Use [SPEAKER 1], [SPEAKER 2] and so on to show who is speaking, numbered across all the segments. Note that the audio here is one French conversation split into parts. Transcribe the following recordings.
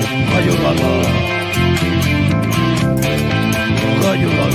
[SPEAKER 1] Radio Gaga. Radio Gaga.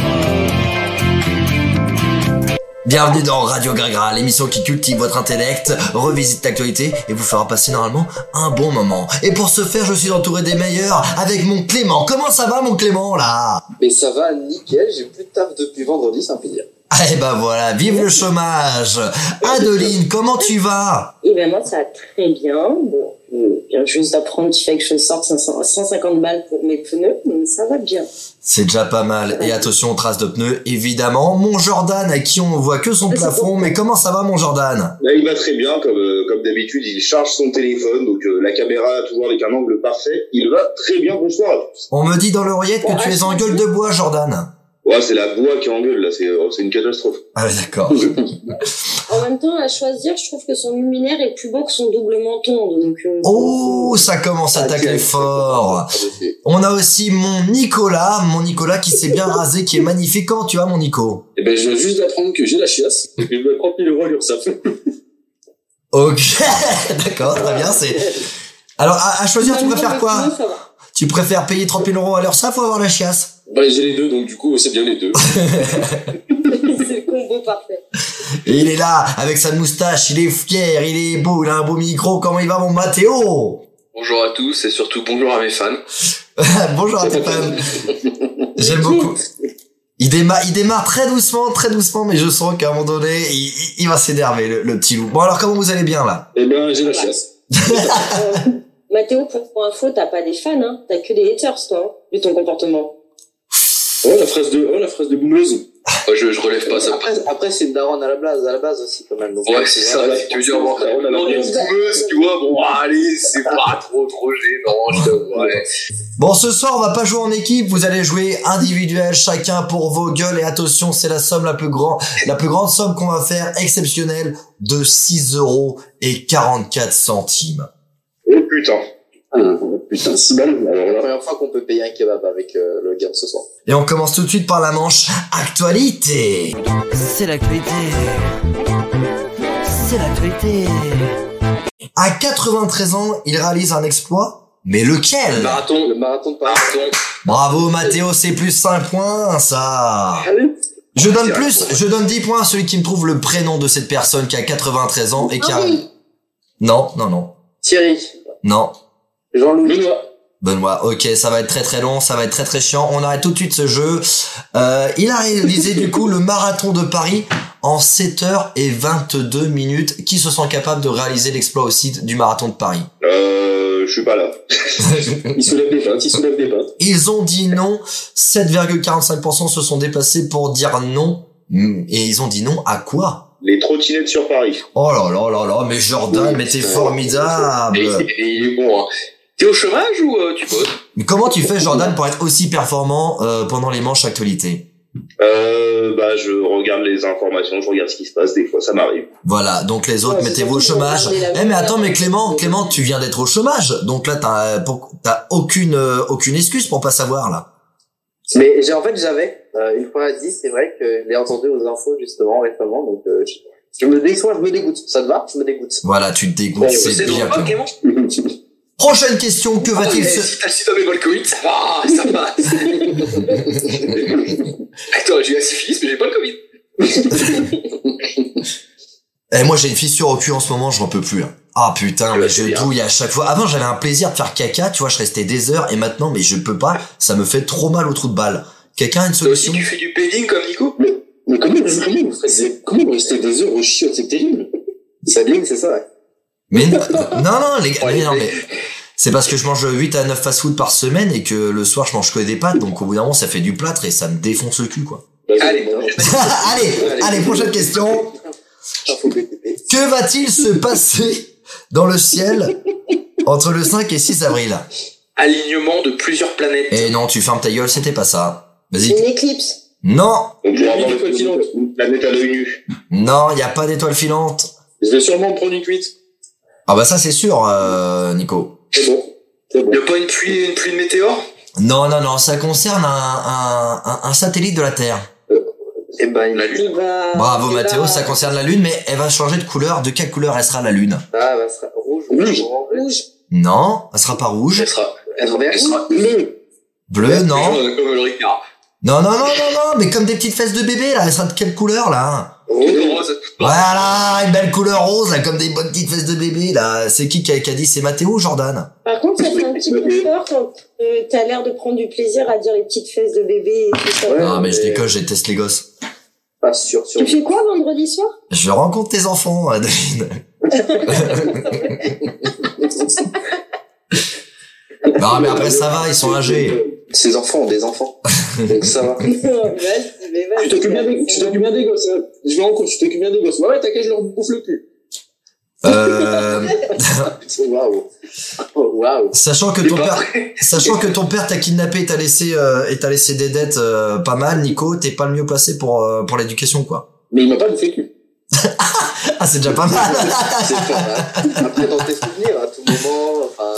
[SPEAKER 2] Bienvenue dans Radio Gagra, l'émission qui cultive votre intellect, revisite l'actualité et vous fera passer normalement un bon moment. Et pour ce faire, je suis entouré des meilleurs avec mon Clément. Comment ça va mon Clément là
[SPEAKER 3] Mais ça va nickel, j'ai plus de taf depuis vendredi, c'est un plaisir.
[SPEAKER 2] Eh ben voilà, vive le chômage Adeline, comment tu vas
[SPEAKER 4] Et ben moi, ça va très bien. Bon, euh, je viens juste d'apprendre qu'il fallait que je sorte 500 150 balles pour mes pneus, mais ça va bien.
[SPEAKER 2] C'est déjà pas mal. Et attention aux traces de pneus, évidemment. Mon Jordan, à qui on voit que son plafond, mais comment ça va mon Jordan
[SPEAKER 5] Là, il va très bien, comme, euh, comme d'habitude, il charge son téléphone, donc euh, la caméra a toujours avec un angle parfait. Il va très bien, bonsoir à tous.
[SPEAKER 2] On me dit dans l'oreillette que tu es en gueule de bois, Jordan.
[SPEAKER 5] Ouais, c'est la bois qui engueule, là, c'est oh, c'est une catastrophe.
[SPEAKER 2] Ah ouais, d'accord.
[SPEAKER 4] En même temps, à choisir, je trouve que son luminaire est plus beau que son double menton. Donc, euh,
[SPEAKER 2] Oh, ça commence à tacler fort.
[SPEAKER 5] Ah, mais c'est-
[SPEAKER 2] On a aussi mon Nicolas, mon Nicolas qui s'est bien rasé, qui est magnifique. Comment tu vas, mon Nico
[SPEAKER 3] Et ben je viens juste d'apprendre que j'ai la chiasse, et je dois 30 000 euros à l'URSSAF.
[SPEAKER 2] Ok, d'accord, très bien. C'est alors à, à choisir, tu
[SPEAKER 4] Maintenant,
[SPEAKER 2] préfères
[SPEAKER 4] mes
[SPEAKER 2] quoi
[SPEAKER 4] pneus, ça va.
[SPEAKER 2] Tu préfères payer 30 000 euros à l'heure ça ou avoir la chiasse
[SPEAKER 3] Bah j'ai les deux, donc du coup c'est bien les deux.
[SPEAKER 4] C'est le combo parfait.
[SPEAKER 2] Et il est là avec sa moustache, il est fier, il est beau, il a un beau micro. Comment il va, mon Mathéo
[SPEAKER 6] Bonjour à tous et surtout bonjour à mes fans.
[SPEAKER 2] Bonjour à tes fans. J'aime beaucoup. Il démarre, il démarre très doucement, très doucement, mais je sens qu'à un moment donné, il, il- il va s'énerver, le, le petit loup. Bon alors, comment vous allez bien là
[SPEAKER 3] Et ben j'ai la chiasse.
[SPEAKER 4] Euh, Mathéo, pour, pour info, t'as pas des fans, hein. T'as que des haters, toi, hein, vu ton comportement.
[SPEAKER 3] Oh la phrase de, oh la phrase de boumeuse.
[SPEAKER 6] Moi, Oh, je, je relève pas ça. me
[SPEAKER 7] Après, après c'est une daronne à la base, à la base aussi quand même. Donc, euh,
[SPEAKER 6] Ouais, c'est ça.
[SPEAKER 3] Ouais,
[SPEAKER 6] tu veux dire, bon,
[SPEAKER 3] ouais, ouais,
[SPEAKER 6] non,
[SPEAKER 3] ouais.
[SPEAKER 6] une fumeuse, tu vois, bon, allez, c'est pas trop, trop gênant, je te ouais.
[SPEAKER 2] Bon, ce soir, on va pas jouer en équipe, vous allez jouer individuel, chacun pour vos gueules, et attention, c'est la somme la plus grande, la plus grande somme qu'on va faire, exceptionnelle, de 6 euros et 44 centimes.
[SPEAKER 5] Oh putain.
[SPEAKER 3] Ah, putain, 6 balles. Alors
[SPEAKER 7] C'est la
[SPEAKER 3] là,
[SPEAKER 7] première fois qu'on peut payer un kebab avec euh, le gars de ce soir.
[SPEAKER 2] Et on commence tout de suite par la manche actualité.
[SPEAKER 1] C'est l'actualité. C'est l'actualité.
[SPEAKER 2] À 93 ans, il réalise un exploit, mais lequel
[SPEAKER 6] Marathon,
[SPEAKER 7] Le marathon de Paris.
[SPEAKER 6] marathon.
[SPEAKER 2] Bravo Mathéo, c'est plus 5 points, ça Je donne plus, je donne 10 points à celui qui me trouve le prénom de cette personne qui a 93 ans et qui a...
[SPEAKER 4] Henri.
[SPEAKER 2] Non, non, non,
[SPEAKER 7] Thierry,
[SPEAKER 2] non.
[SPEAKER 7] Jean-Louis,
[SPEAKER 2] Benoît, ok, ça va être très très long, ça va être très très chiant. On arrête tout de suite ce jeu. Euh, il a réalisé du coup le marathon de Paris en 7h22 minutes. Qui se sent capable de réaliser l'exploit aussi du marathon de Paris
[SPEAKER 5] Euh, je suis pas là.
[SPEAKER 3] il soulève des pattes, il soulève des pattes.
[SPEAKER 2] Ils ont dit non. 7,45% se sont déplacés pour dire non. Mm, Et ils ont dit non à quoi
[SPEAKER 5] Les trottinettes sur Paris.
[SPEAKER 2] Oh là là là là, mais Jordan,
[SPEAKER 3] Oui,
[SPEAKER 2] mais t'es
[SPEAKER 3] putain.
[SPEAKER 2] formidable
[SPEAKER 6] Et, et il est bon, hein. T'es au chômage ou euh, tu bosses
[SPEAKER 2] Mais comment tu fais Jordan pour être aussi performant euh, pendant les manches actualité
[SPEAKER 5] Euh, bah, je regarde les informations, je regarde ce qui se passe, des fois, ça m'arrive.
[SPEAKER 2] Voilà, donc les autres,
[SPEAKER 4] Ouais,
[SPEAKER 2] mettez-vous au
[SPEAKER 4] surtout qu'on
[SPEAKER 2] chômage.
[SPEAKER 4] va garder
[SPEAKER 2] Eh
[SPEAKER 4] la
[SPEAKER 2] mais
[SPEAKER 4] même
[SPEAKER 2] attends, mais
[SPEAKER 4] heure.
[SPEAKER 2] Clément, Clément, tu viens d'être au chômage, donc là t'as euh, pour- t'as aucune euh, aucune excuse pour pas savoir là.
[SPEAKER 7] Mais j'ai en fait j'avais euh, une fois dit, c'est vrai que je l'ai entendu aux infos justement récemment, donc euh, je, je me déçois, je me dégoûte. Ça te va Je me dégoûte.
[SPEAKER 2] Voilà, tu te dégoûtes, c'est
[SPEAKER 6] C'est
[SPEAKER 2] bien. Ah,
[SPEAKER 6] donc pas,
[SPEAKER 2] Clément.
[SPEAKER 6] Clément
[SPEAKER 2] Prochaine question, que va-t-il
[SPEAKER 6] Eh,
[SPEAKER 2] se
[SPEAKER 6] Si t'as si t'as mes Covid, ça va, ça passe. Attends, j'ai eu la syphilis, mais j'ai pas le Covid.
[SPEAKER 2] Eh moi j'ai une fissure au cul en ce moment, je n'en peux plus. hein. Ah putain,
[SPEAKER 6] Eh
[SPEAKER 2] mais
[SPEAKER 6] ben,
[SPEAKER 2] je
[SPEAKER 6] c'est bien.
[SPEAKER 2] douille à chaque fois. Avant j'avais un plaisir de faire caca, tu vois, je restais des heures et maintenant mais je peux pas, ça me fait trop mal au trou de balle. Quelqu'un a une
[SPEAKER 6] Toi aussi,
[SPEAKER 2] solution
[SPEAKER 6] tu fais du padding comme Nico
[SPEAKER 3] Mais comment, comment, vous faites- comment vous restez des heures au chiottes, c'est terrible.
[SPEAKER 7] Ça ligne, c'est ça. ouais.
[SPEAKER 2] Mais non, non, non, les gars,
[SPEAKER 6] Ouais,
[SPEAKER 2] mais non,
[SPEAKER 6] mais-
[SPEAKER 2] mais c'est parce que je mange 8 à 9 fast-food par semaine et que le soir je mange que des pâtes, donc au bout d'un moment ça fait du plâtre et ça me défonce le cul, quoi.
[SPEAKER 3] Bah,
[SPEAKER 6] Allez.
[SPEAKER 3] bon, bon.
[SPEAKER 2] allez, allez, prochaine question.
[SPEAKER 7] Ah, faut m'occuper.
[SPEAKER 2] Que va-t-il se passer dans le ciel entre le 5 et 6 avril
[SPEAKER 6] Alignement de plusieurs planètes.
[SPEAKER 2] Eh non, tu fermes ta gueule, c'était pas ça. Vas-y.
[SPEAKER 4] Une éclipse.
[SPEAKER 2] Non,
[SPEAKER 5] On
[SPEAKER 3] J'ai
[SPEAKER 5] pourra
[SPEAKER 3] mis
[SPEAKER 5] avoir
[SPEAKER 3] le continent.
[SPEAKER 5] une planète à l'œil nu.
[SPEAKER 2] non, il y a pas d'étoile filante.
[SPEAKER 3] Je vais sûrement prendre une cuite.
[SPEAKER 2] Ah bah ça c'est sûr, euh, Nico.
[SPEAKER 3] C'est bon. C'est bon.
[SPEAKER 6] Y'a pas une pluie, une pluie de météores
[SPEAKER 2] Non, non, non, ça concerne un, un, un- un satellite de la Terre.
[SPEAKER 7] Eh ben, il...
[SPEAKER 6] La lune.
[SPEAKER 4] Il va-
[SPEAKER 2] Bravo
[SPEAKER 4] il
[SPEAKER 2] Mathéo,
[SPEAKER 4] va-
[SPEAKER 2] ça concerne la Lune, mais elle va changer de couleur. De quelle couleur elle sera la Lune
[SPEAKER 7] ah, bah, ça sera rouge,
[SPEAKER 3] Rouge.
[SPEAKER 7] orange.
[SPEAKER 4] Rouge.
[SPEAKER 2] Non, elle sera pas rouge.
[SPEAKER 6] Elle sera,
[SPEAKER 7] Robert, il sera bleu.
[SPEAKER 2] Bleu, Euh, non.
[SPEAKER 6] Toujours Comme le Ricard.
[SPEAKER 2] Non, non, non, non, non, mais comme des petites fesses de bébé, là. Elle sera de quelle couleur, là
[SPEAKER 6] Rose, rose.
[SPEAKER 2] Voilà, une belle couleur rose, là, comme des bonnes petites fesses de bébé, là. C'est qui qui a, qui a dit C'est Mathéo ou Jordan
[SPEAKER 4] Par contre, ça fait un petit peu peur quand euh, t'as l'air de prendre du plaisir à dire les petites fesses de bébé et tout ça.
[SPEAKER 7] Ouais.
[SPEAKER 2] Ah, mais je décoche, je déteste les gosses.
[SPEAKER 7] Pas sûr, sûr.
[SPEAKER 4] Tu fais quoi vendredi soir
[SPEAKER 2] Je rencontre tes enfants, euh, David. non, mais après, ça va, ils sont âgés.
[SPEAKER 7] Ses enfants ont des enfants. Donc ça va.
[SPEAKER 4] Vas-y, mais vas-y.
[SPEAKER 5] Tu t'occupes bien, des- tu t'occupes bien des gosses. hein. Je vais en cours, tu t'occupes bien des gosses. Ouais, ouais, t'inquiète, je leur bouffe le cul.
[SPEAKER 2] Euh,
[SPEAKER 7] Waouh. Waouh.
[SPEAKER 2] sachant que ton père, sachant que ton père t'a kidnappé et t'a laissé euh, et t'a laissé des dettes euh, pas mal, Nico, t'es pas le mieux placé pour euh, pour l'éducation quoi.
[SPEAKER 5] Mais il m'a pas bouffé le cul.
[SPEAKER 2] Ah c'est déjà pas mal.
[SPEAKER 7] C'est pas mal. Après, dans tes souvenirs, à tout moment, enfin,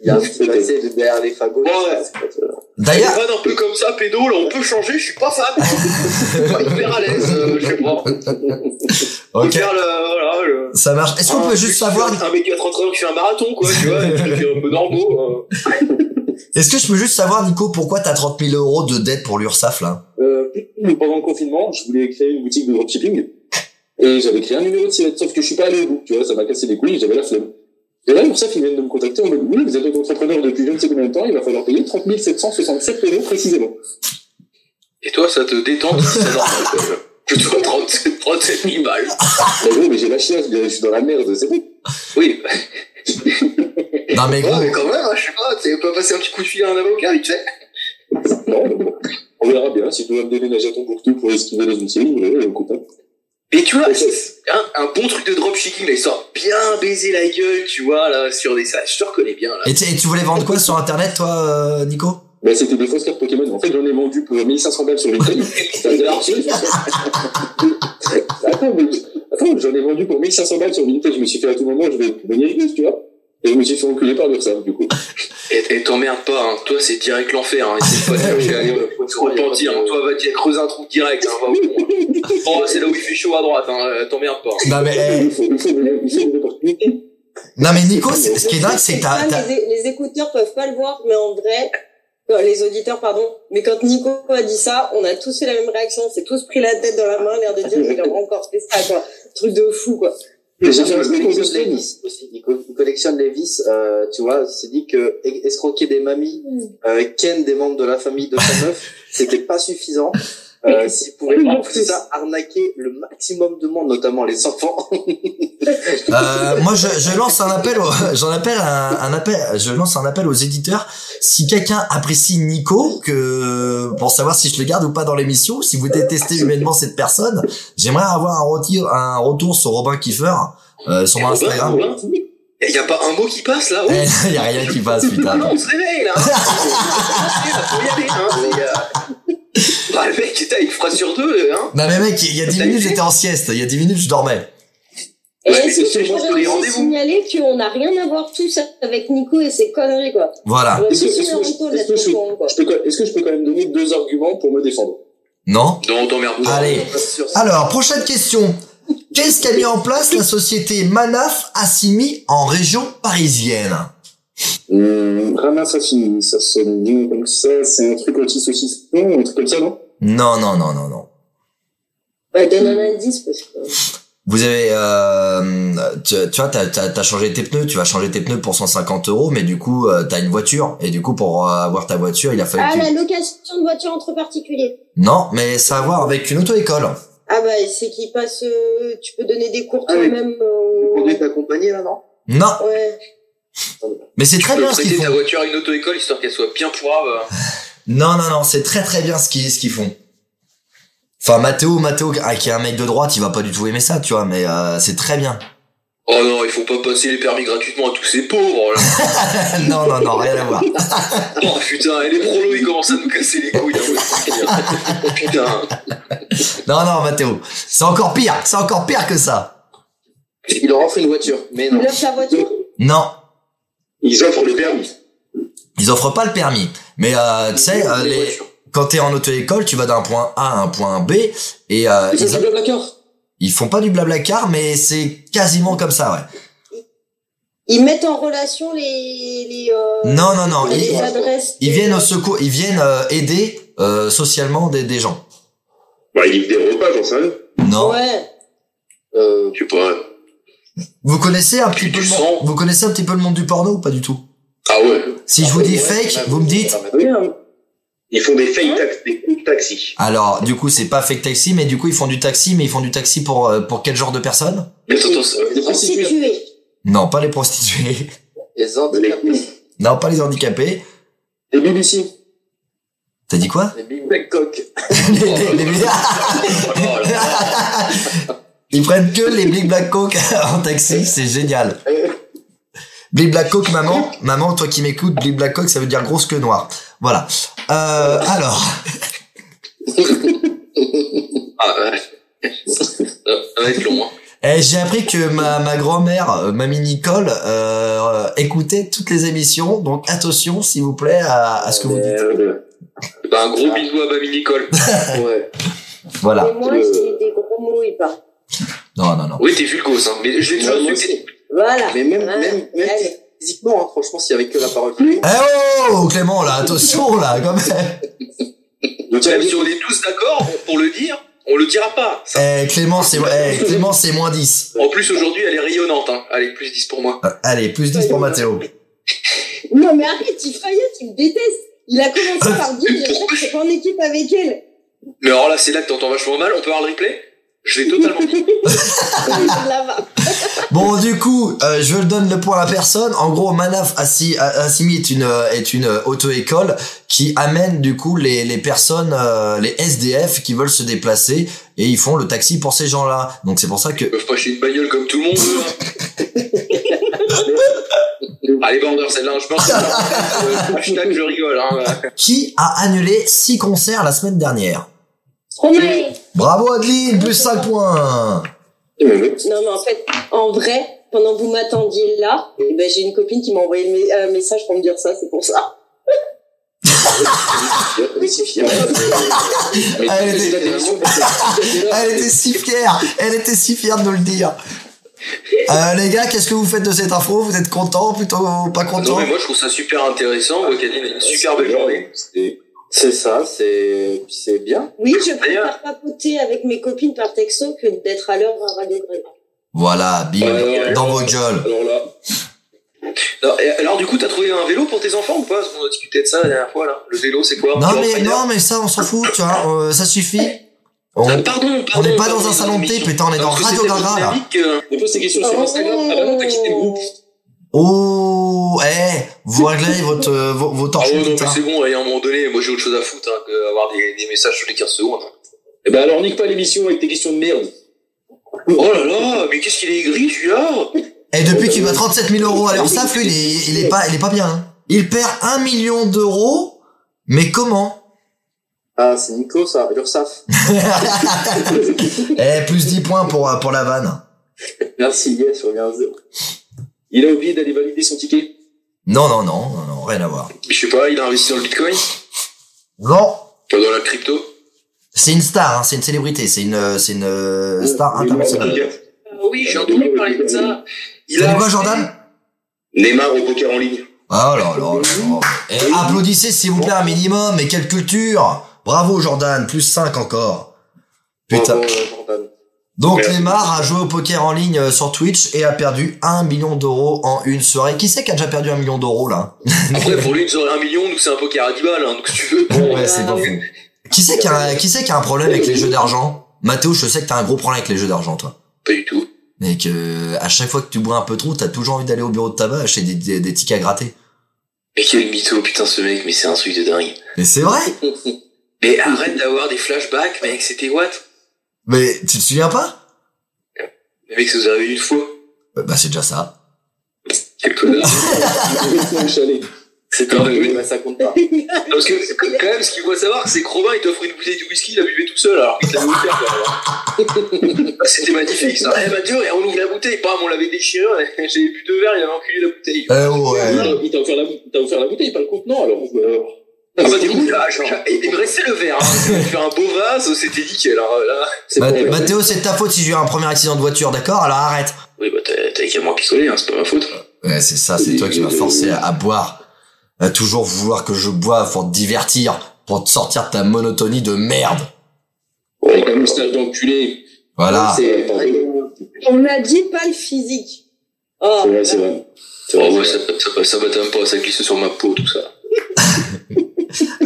[SPEAKER 7] il y a un petit passé de derrière les fagots.
[SPEAKER 6] Ouais.
[SPEAKER 7] c'est pas ça.
[SPEAKER 6] Des
[SPEAKER 2] D'ailleurs,
[SPEAKER 6] vannes un peu comme ça, pédo, là, on peut changer, je suis pas fan. Pas hyper à l'aise, euh, je sais pas. Faut
[SPEAKER 2] ok,
[SPEAKER 6] faire le, euh, voilà, le-
[SPEAKER 2] ça marche. Est-ce qu'on
[SPEAKER 6] Ah,
[SPEAKER 2] peut
[SPEAKER 6] je
[SPEAKER 2] juste
[SPEAKER 6] suis
[SPEAKER 2] savoir,
[SPEAKER 6] Un mec qui a 30 ans qui fait un marathon, quoi, tu vois, des trucs un peu normaux. euh.
[SPEAKER 2] est-ce que je peux juste savoir Nico pourquoi t'as 30 000 euros de dettes pour l'URSSAF là
[SPEAKER 5] Euh, pendant le confinement, je voulais créer une boutique de dropshipping. Et j'avais créé un numéro de sirette, sauf que je suis pas allé au bout. Tu vois, ça m'a cassé les couilles, j'avais la flemme. Et là, pour ça, ils viennent de me contacter en mode, oui, vous êtes entrepreneur depuis je ne sais combien de temps, il va falloir payer 30 767 euros précisément.
[SPEAKER 6] Et toi, ça euh, te détend, c'est normal. quoi. Je te dois 37, 37 000 balles.
[SPEAKER 5] Mais gros, mais j'ai la chiasse, je suis dans la merde, c'est bon.
[SPEAKER 6] Oui,
[SPEAKER 2] Non mais
[SPEAKER 6] bon,
[SPEAKER 2] gros,
[SPEAKER 6] mais quand même, hein, je sais pas, tu peux passer un petit coup de fil à un avocat, vite fait.
[SPEAKER 5] Non, mais bon. On verra bien, si tu dois me déménager à ton bourre pour esquiver dans une série, ouais, écoute, hein.
[SPEAKER 6] Mais tu vois, c'est un, un bon truc de dropshipping, là, histoire de bien baiser la gueule, tu vois, là, sur des salles. Je te reconnais bien, là.
[SPEAKER 2] et, tu- et tu voulais vendre quoi sur internet toi, euh, Nico
[SPEAKER 5] Bah, c'était des fausses cartes Pokémon. En fait, j'en ai vendu pour 1500 balles sur LinkedIn. T'as de l'argent Attends, mais... Attends, j'en ai vendu pour 1500 balles sur LinkedIn. Je me suis fait à tout moment, je vais devenir riche, tu vois. Et je me suis fait enculer par l'URSSAF, du coup.
[SPEAKER 6] Et, et t'emmerdes pas, hein. toi, c'est direct l'enfer, hein. Essaye pas de chercher à aller, euh, faut se repentir, hein. Toi, va dire, creuser un trou direct, hein, va au fond, hein. Oh, c'est là où il fait chaud à droite, hein, euh, t'emmerdes pas.
[SPEAKER 2] Non mais,
[SPEAKER 5] Il faut, il faut, des- il faut des opportunités.
[SPEAKER 2] non mais Nico, c'est- ce qui est dingue c'est que
[SPEAKER 4] Ah,
[SPEAKER 2] t'as, t'as-
[SPEAKER 4] les, les écouteurs peuvent pas le voir, mais en vrai, euh, les auditeurs, pardon, mais quand Nico a dit ça, on a tous eu la même réaction, on s'est tous pris la tête dans la main, l'air de dire, il a encore fait ça, quoi. Truc de fou, quoi.
[SPEAKER 7] Mais
[SPEAKER 5] j'ai
[SPEAKER 7] j'ai
[SPEAKER 5] fait un truc
[SPEAKER 7] collectionne
[SPEAKER 5] au
[SPEAKER 7] les
[SPEAKER 5] Boston.
[SPEAKER 7] vis aussi. Il, co- il collectionne les vis, euh, tu vois. Il s'est dit que e- escroquer des mamies,
[SPEAKER 5] Mm.
[SPEAKER 7] euh, ken des membres de la famille de sa meuf, c'était pas suffisant. Euh, S'il pouvait
[SPEAKER 5] Oui, en
[SPEAKER 7] en plus de
[SPEAKER 5] plus.
[SPEAKER 7] ça arnaquer le maximum de monde, notamment les enfants.
[SPEAKER 2] Euh, moi, je, je lance un appel, au- j'en appelle un, un appel, je lance un appel aux éditeurs. Si quelqu'un apprécie Nico, que pour savoir si je le garde ou pas dans l'émission, si vous détestez humainement cette personne, j'aimerais avoir un retour, un retour sur Robin Kiefer, euh, sur mon
[SPEAKER 5] Ah
[SPEAKER 2] Instagram.
[SPEAKER 6] Et y a pas un mot qui passe, là, oh.
[SPEAKER 2] Eh, y a rien qui passe,
[SPEAKER 6] Ah
[SPEAKER 2] putain.
[SPEAKER 6] non, on se réveille là! hein. Faut y aller, hein, les gars. Bah, le mec, t'as une phrase sur deux, hein!
[SPEAKER 2] Non mais mec, il y a 10 minutes j'étais en sieste, il y a 10 minutes je dormais.
[SPEAKER 4] Et
[SPEAKER 6] Ouais,
[SPEAKER 4] est-ce
[SPEAKER 6] mais
[SPEAKER 4] que
[SPEAKER 6] c'est
[SPEAKER 4] je
[SPEAKER 6] juste
[SPEAKER 4] pourrais
[SPEAKER 6] les
[SPEAKER 4] aussi
[SPEAKER 6] rendez-vous.
[SPEAKER 4] signaler qu'on n'a rien à voir tous avec Nico et ses conneries, quoi.
[SPEAKER 2] Voilà.
[SPEAKER 4] Ouais,
[SPEAKER 5] Est-ce que-
[SPEAKER 4] c'est
[SPEAKER 5] est-ce que- est-ce
[SPEAKER 4] Naruto,
[SPEAKER 5] que
[SPEAKER 4] là, tout le monde, quoi.
[SPEAKER 5] Je peux quand- Est-ce que je peux quand même donner deux arguments pour me défendre
[SPEAKER 2] Non
[SPEAKER 6] Non, t'emmerdes pas.
[SPEAKER 2] Allez. Alors, prochaine question. Qu'est-ce qu'a mis en place la société Manaf Assimi en région parisienne
[SPEAKER 5] Hum, Ramassafini, ça sonne bien comme ça. C'est un truc anti-saucisson, un truc comme ça, non
[SPEAKER 2] Non, non, non, non, non.
[SPEAKER 4] Bah, donne un indice, parce que...
[SPEAKER 2] Vous avez, euh, tu, tu vois, t'as, t'as, t'as changé tes pneus, tu vas changer tes pneus pour 150 euros, mais du coup, euh, t'as une voiture, et du coup, pour euh, avoir ta voiture, il a fallu.
[SPEAKER 4] Ah,
[SPEAKER 2] que tu-
[SPEAKER 4] la location de voiture entre particuliers.
[SPEAKER 2] Non, mais ça a à voir avec une auto-école.
[SPEAKER 4] Ah, bah, c'est qu'il passe, euh, tu peux donner des cours
[SPEAKER 7] Ah, oui.
[SPEAKER 4] toi-même.
[SPEAKER 7] On est
[SPEAKER 4] euh,
[SPEAKER 7] accompagné là, non
[SPEAKER 2] Non,
[SPEAKER 4] Ouais.
[SPEAKER 2] mais Ah, c'est très
[SPEAKER 6] Tu peux
[SPEAKER 2] bien ce qu'ils
[SPEAKER 6] prêter ta
[SPEAKER 2] font.
[SPEAKER 6] voiture à une auto-école histoire qu'elle soit bien poivre.
[SPEAKER 2] Non, non, non, c'est très très bien ce qu'ils, ce qu'ils font. Enfin, Mathéo, Mathéo, ah, qui est un mec de droite, il va pas du tout aimer ça, tu vois, mais euh, c'est très bien.
[SPEAKER 6] Oh non, il faut pas passer les permis gratuitement à tous ces pauvres là.
[SPEAKER 2] non, non, non, rien à voir.
[SPEAKER 6] Oh putain, et les prolos ils commencent à nous casser les couilles. hein. putain.
[SPEAKER 2] Non, non, Mathéo, c'est encore pire, c'est encore pire que ça.
[SPEAKER 7] Il leur offre une voiture, mais
[SPEAKER 4] Tu
[SPEAKER 7] non.
[SPEAKER 4] bloques la voiture
[SPEAKER 2] Non,
[SPEAKER 5] Ils offrent le permis.
[SPEAKER 2] ils offrent pas le permis, mais euh, tu sais, euh, les, quand t'es en auto-école, tu vas d'un point A à un point B et euh,
[SPEAKER 5] Ils
[SPEAKER 2] ils,
[SPEAKER 5] offrent le placard.
[SPEAKER 2] ils font pas du blabla car, mais c'est quasiment comme ça, ouais.
[SPEAKER 4] Ils mettent en relation les, les, euh,
[SPEAKER 2] Non, non, non.
[SPEAKER 4] les
[SPEAKER 2] Ils,
[SPEAKER 4] adresses.
[SPEAKER 2] ils viennent au secours, ils viennent euh, aider euh, socialement des, des gens.
[SPEAKER 8] Bah, ils livrent des repas, j'en sais rien.
[SPEAKER 2] Non.
[SPEAKER 4] Ouais.
[SPEAKER 7] Euh,
[SPEAKER 8] Je sais pas.
[SPEAKER 2] Vous connaissez un petit
[SPEAKER 6] Puis
[SPEAKER 2] peu
[SPEAKER 6] du
[SPEAKER 2] le
[SPEAKER 6] sang.
[SPEAKER 2] monde, vous connaissez un petit peu le monde du porno ou pas du tout
[SPEAKER 8] Ah ouais.
[SPEAKER 2] Si
[SPEAKER 7] euh,
[SPEAKER 2] je vous dis fake, vous me dites.
[SPEAKER 7] hein.
[SPEAKER 8] Ils font des fake taxis, des coups de taxi.
[SPEAKER 2] Alors, du coup, c'est pas fake taxi, mais du coup, ils font du taxi, mais ils font du taxi pour euh, pour quel genre de personnes
[SPEAKER 6] Mais attends, attends,
[SPEAKER 7] les prostituées,
[SPEAKER 4] Prostituées.
[SPEAKER 2] Non, pas les prostituées.
[SPEAKER 7] les handicapés,
[SPEAKER 2] Non, pas les handicapés.
[SPEAKER 7] les BBC,
[SPEAKER 2] T'as dit quoi
[SPEAKER 7] les big cock.
[SPEAKER 2] les, les- les- les- Ils prennent que les Big Black Coke en taxi, c'est génial. Big Black Coke, maman, maman, toi qui m'écoutes, Big Black Coke, ça veut dire grosse queue noire. Voilà. Euh, alors,
[SPEAKER 6] ah, ouais. Ça va être long, hein.
[SPEAKER 2] eh, j'ai appris que ma, ma grand-mère, euh, mamie Nicole, euh, écoutait toutes les émissions, donc attention, s'il vous plaît, à, à ce que vous dites.
[SPEAKER 5] Euh,
[SPEAKER 6] Bah, un gros bisou à Mamie Nicole.
[SPEAKER 7] Ouais.
[SPEAKER 2] Voilà.
[SPEAKER 4] Mais moi, j'ai des gros mots, il part.
[SPEAKER 2] Non, non, non.
[SPEAKER 6] Oui, t'es vulgose, hein. Mais je l'ai toujours
[SPEAKER 7] Ouais, moi
[SPEAKER 6] su que
[SPEAKER 7] aussi.
[SPEAKER 6] t'étais-
[SPEAKER 4] Voilà.
[SPEAKER 7] Mais même,
[SPEAKER 4] Voilà.
[SPEAKER 7] même, même
[SPEAKER 4] Allez.
[SPEAKER 7] physiquement, hein, franchement, s'il y avait que la parole.
[SPEAKER 2] Eh oh, Clément, là, attention, là, quand même.
[SPEAKER 6] Même si on est tous d'accord pour le dire, on le dira pas. Ça-
[SPEAKER 2] Eh, Clément, c'est, eh, Clément, c'est moins 10.
[SPEAKER 6] En plus, aujourd'hui, elle est rayonnante, hein. Allez, plus 10 pour moi.
[SPEAKER 2] Euh, Allez, plus 10 pour Mathéo.
[SPEAKER 4] Non, mais arrête, il faillite, il me déteste. Il a commencé par dire, j'espère que c'est pas en équipe avec elle.
[SPEAKER 6] Mais alors là, c'est là que t'entends vachement mal. On peut avoir le replay? Je l'ai totalement dit.
[SPEAKER 4] Il la va.
[SPEAKER 2] Bon, du coup, euh, je donne le point à la personne. En gros, Manaf Assi- A- Assimi est une euh, est une euh, auto-école qui amène du coup les les personnes euh, les SDF qui veulent se déplacer et ils font le taxi pour ces gens-là. Donc c'est pour ça que
[SPEAKER 6] Ils peuvent pas acheter une bagnole comme tout le monde. eux, hein. Allez, Bander, celle-là, je pense que euh, hashtag je rigole. Hein.
[SPEAKER 2] qui a annulé six concerts la semaine dernière.
[SPEAKER 4] Romain.
[SPEAKER 2] Bravo Adeline, plus 5 points.
[SPEAKER 4] Non, mais en fait, en vrai, pendant que vous m'attendiez là, eh ben, j'ai une copine qui m'a envoyé le mé- un message pour me dire ça, c'est pour ça.
[SPEAKER 2] Elle était, elle était si fière, elle était si fière de nous le dire. Euh, les gars, qu'est-ce que vous faites de cette info Vous êtes content plutôt pas
[SPEAKER 6] Non,
[SPEAKER 2] content
[SPEAKER 6] mais moi, je trouve ça super intéressant. On voit qu'Adeline a une super belle journée.
[SPEAKER 7] C'est ça, c'est c'est bien.
[SPEAKER 4] Oui, je
[SPEAKER 6] D'ailleurs-
[SPEAKER 4] préfère papoter avec mes copines par texto que d'être à l'heure à Radio Grenade.
[SPEAKER 2] Voilà, bim,
[SPEAKER 6] Ouais, ouais,
[SPEAKER 2] dans
[SPEAKER 6] ouais.
[SPEAKER 2] vos gueules.
[SPEAKER 6] Alors là. Alors, et alors, du coup, t'as trouvé un vélo pour tes enfants ou pas Parce qu'on a discuté de ça la dernière fois, là. Le vélo, c'est quoi
[SPEAKER 2] Non
[SPEAKER 6] Tu
[SPEAKER 2] mais
[SPEAKER 6] vas en
[SPEAKER 2] non mais ça on s'en fout, tu vois, euh, ça suffit. Oh, On,
[SPEAKER 6] Ah, pardon, pardon.
[SPEAKER 2] on est pas
[SPEAKER 6] pardon,
[SPEAKER 2] dans un salon de thé,
[SPEAKER 6] émission.
[SPEAKER 2] putain, on est dans
[SPEAKER 6] Parce que
[SPEAKER 2] Radio
[SPEAKER 6] c'était
[SPEAKER 2] Gaga là.
[SPEAKER 6] dynamique, euh,
[SPEAKER 5] On pose ces questions sur
[SPEAKER 4] oh.
[SPEAKER 5] Instagram. Ah bah non, t'as quitté le groupe.
[SPEAKER 2] Oh, eh, vous réglez votre euh, vos, vos
[SPEAKER 6] Ah
[SPEAKER 2] torchons,
[SPEAKER 6] ouais, non, mais
[SPEAKER 2] putain.
[SPEAKER 6] c'est bon, là, il y a un moment donné, moi j'ai autre chose à foutre hein, qu'avoir des, des messages tous les 15 secondes. hein.
[SPEAKER 5] Eh ben alors, nique pas l'émission avec tes questions de merde.
[SPEAKER 6] Oh là là, mais qu'est-ce qu'il est gris celui-là
[SPEAKER 2] Et Eh, depuis qu'il va 37 000 euros à leur SAF, lui, il est, il est pas, il est pas bien. hein. Il perd un million d'euros, mais comment
[SPEAKER 7] Ah, c'est Nico, ça, l'URSAF.
[SPEAKER 2] Eh, plus 10 points pour euh, pour la vanne.
[SPEAKER 7] Merci, yes, on revient à zéro.
[SPEAKER 5] Il a oublié d'aller valider son ticket.
[SPEAKER 2] Non, non, non, non, non, rien à voir.
[SPEAKER 6] Je sais pas, il a investi dans le bitcoin
[SPEAKER 2] Non,
[SPEAKER 6] Pas dans la crypto
[SPEAKER 2] c'est une star, hein, c'est une célébrité, c'est une, euh, c'est une euh, star
[SPEAKER 5] Il a oublié
[SPEAKER 2] internationale.
[SPEAKER 5] d'aller-
[SPEAKER 6] Euh, Oui, j'ai entendu parler de ça. Il
[SPEAKER 2] T'as
[SPEAKER 6] a
[SPEAKER 2] dit quoi, Jordan
[SPEAKER 8] Neymar au poker en ligne.
[SPEAKER 2] Oh là là là là. Eh, applaudissez s'il vous plaît un minimum, mais quelle culture Bravo Jordan, plus 5 encore. Putain.
[SPEAKER 7] Bravo, euh, Jordan.
[SPEAKER 2] Donc
[SPEAKER 8] Merci.
[SPEAKER 2] Neymar a joué au poker en ligne euh, sur Twitch et a perdu 1 million d'euros en une soirée. Qui c'est qui a déjà perdu 1 million d'euros là
[SPEAKER 6] Après, Ah pour lui, nous aurait un million, nous c'est un poker à 10 balles, hein, donc si tu veux. bon,
[SPEAKER 2] Ouais, c'est pas faux. Qui c'est qui a, un- qui c'est qui a un problème avec les jeux d'argent Mathéo, je sais que t'as un gros problème avec les jeux d'argent toi.
[SPEAKER 6] Pas du tout.
[SPEAKER 2] Mais que à chaque fois que tu bois un peu trop, t'as toujours envie d'aller au bureau de tabac acheter des, des, des tickets à gratter.
[SPEAKER 6] Mais quel mytho, putain, ce mec, mais c'est un truc de dingue.
[SPEAKER 2] Mais c'est vrai
[SPEAKER 6] Mais arrête d'avoir des flashbacks, mec, c'était what
[SPEAKER 2] Mais tu te souviens pas
[SPEAKER 6] Mais mec, ça vous arrive une fois.
[SPEAKER 2] Euh, Bah c'est déjà ça.
[SPEAKER 6] Quel connard.
[SPEAKER 5] au chalet.
[SPEAKER 6] C'est quand même.
[SPEAKER 7] Oui, bah, ça compte pas.
[SPEAKER 6] Parce que, quand même, ce qu'il faut savoir, c'est que Robin, il t'offre une bouteille de whisky, il la buvait tout seul, alors qu'il te l'avait offert, quoi, alors. Ah, C'était magnifique, ça. Eh, Mathieu, et on ouvre la bouteille, bam, on l'avait déchirée, j'avais bu deux verres, il avait enculé la bouteille.
[SPEAKER 2] Eh ouais.
[SPEAKER 5] Il t'a offert, la bou- il t'a offert la bouteille, pas le contenant, alors. alors.
[SPEAKER 6] Ah bah, du coup, là, je- il il me restait le verre, hein. faire un beau vase, c'était nickel, hein, alors là.
[SPEAKER 5] C'est
[SPEAKER 2] Ma-
[SPEAKER 5] pas vrai.
[SPEAKER 2] Mathéo, c'est de ta faute si j'ai eu un premier accident de voiture, d'accord Alors arrête.
[SPEAKER 6] Oui, bah, t'as t'as également pistolet, hein, c'est pas ma faute.
[SPEAKER 2] Ouais, c'est ça, c'est toi qui m'as forcé à, à boire. À toujours vouloir que je boive pour te divertir, pour te sortir de ta monotonie de merde.
[SPEAKER 5] Avec la moustache d'enculé.
[SPEAKER 2] Voilà.
[SPEAKER 5] C'est vrai,
[SPEAKER 4] On n'a dit pas le physique. Oh,
[SPEAKER 5] c'est vrai. C'est vrai. C'est
[SPEAKER 6] Oh,
[SPEAKER 5] vrai,
[SPEAKER 6] ouais,
[SPEAKER 5] c'est
[SPEAKER 6] ça,
[SPEAKER 5] vrai.
[SPEAKER 6] ça, ça m'atteint pas, ça glisse sur ma peau, tout ça.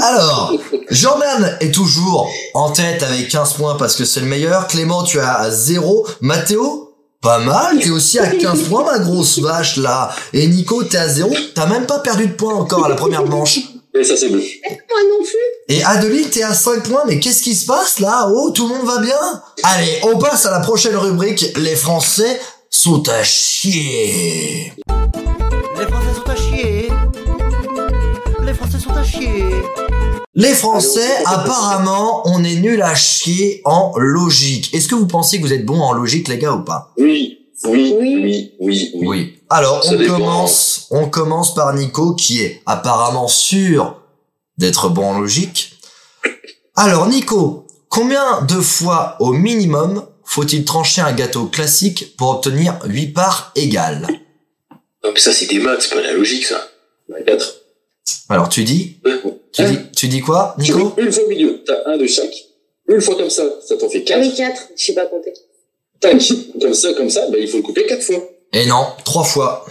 [SPEAKER 2] Alors, Jordan est toujours en tête avec 15 points parce que c'est le meilleur. Clément, tu as à 0. Mathéo, pas mal. T'es aussi à 15 points, ma grosse vache, là. Et Nico, t'es à 0. T'as même pas perdu de points encore à la première manche.
[SPEAKER 5] Et ça, c'est bleu.
[SPEAKER 4] moi non plus.
[SPEAKER 2] Et Adeline, t'es à 5 points. Mais qu'est-ce qui se passe, là? Oh, tout le monde va bien? Allez, on passe à la prochaine rubrique. Les Français sont à chier.
[SPEAKER 1] Les Français sont à chier. Les Français sont à chier.
[SPEAKER 2] Les Français,
[SPEAKER 7] Allez, on fait pas de
[SPEAKER 2] apparemment, on est nul à chier en logique. Est-ce que vous pensez que vous êtes bon en logique, les gars, ou pas?
[SPEAKER 5] Oui, oui,
[SPEAKER 4] Oui.
[SPEAKER 5] oui, oui, oui.
[SPEAKER 2] Oui. Alors,
[SPEAKER 6] Ça
[SPEAKER 2] on
[SPEAKER 6] dépend.
[SPEAKER 2] commence, on commence par Nico qui est apparemment sûr d'être bon en logique. Alors, Nico, combien de fois au minimum faut-il trancher un gâteau classique pour obtenir 8 parts égales
[SPEAKER 6] Non, mais ça, c'est des maths, c'est pas de la logique, ça.
[SPEAKER 5] Bah, Quatre.
[SPEAKER 2] Alors, tu dis Tu dis, tu dis quoi,
[SPEAKER 5] Tu
[SPEAKER 2] Nico
[SPEAKER 5] mets une fois au milieu, t'as un de chaque. Une fois comme ça, ça t'en fait
[SPEAKER 4] Ah
[SPEAKER 5] quatre.
[SPEAKER 4] oui, 4. Je sais pas compter.
[SPEAKER 5] Tac, comme ça, comme ça, bah, il faut le couper quatre fois.
[SPEAKER 2] Et Eh non, trois fois.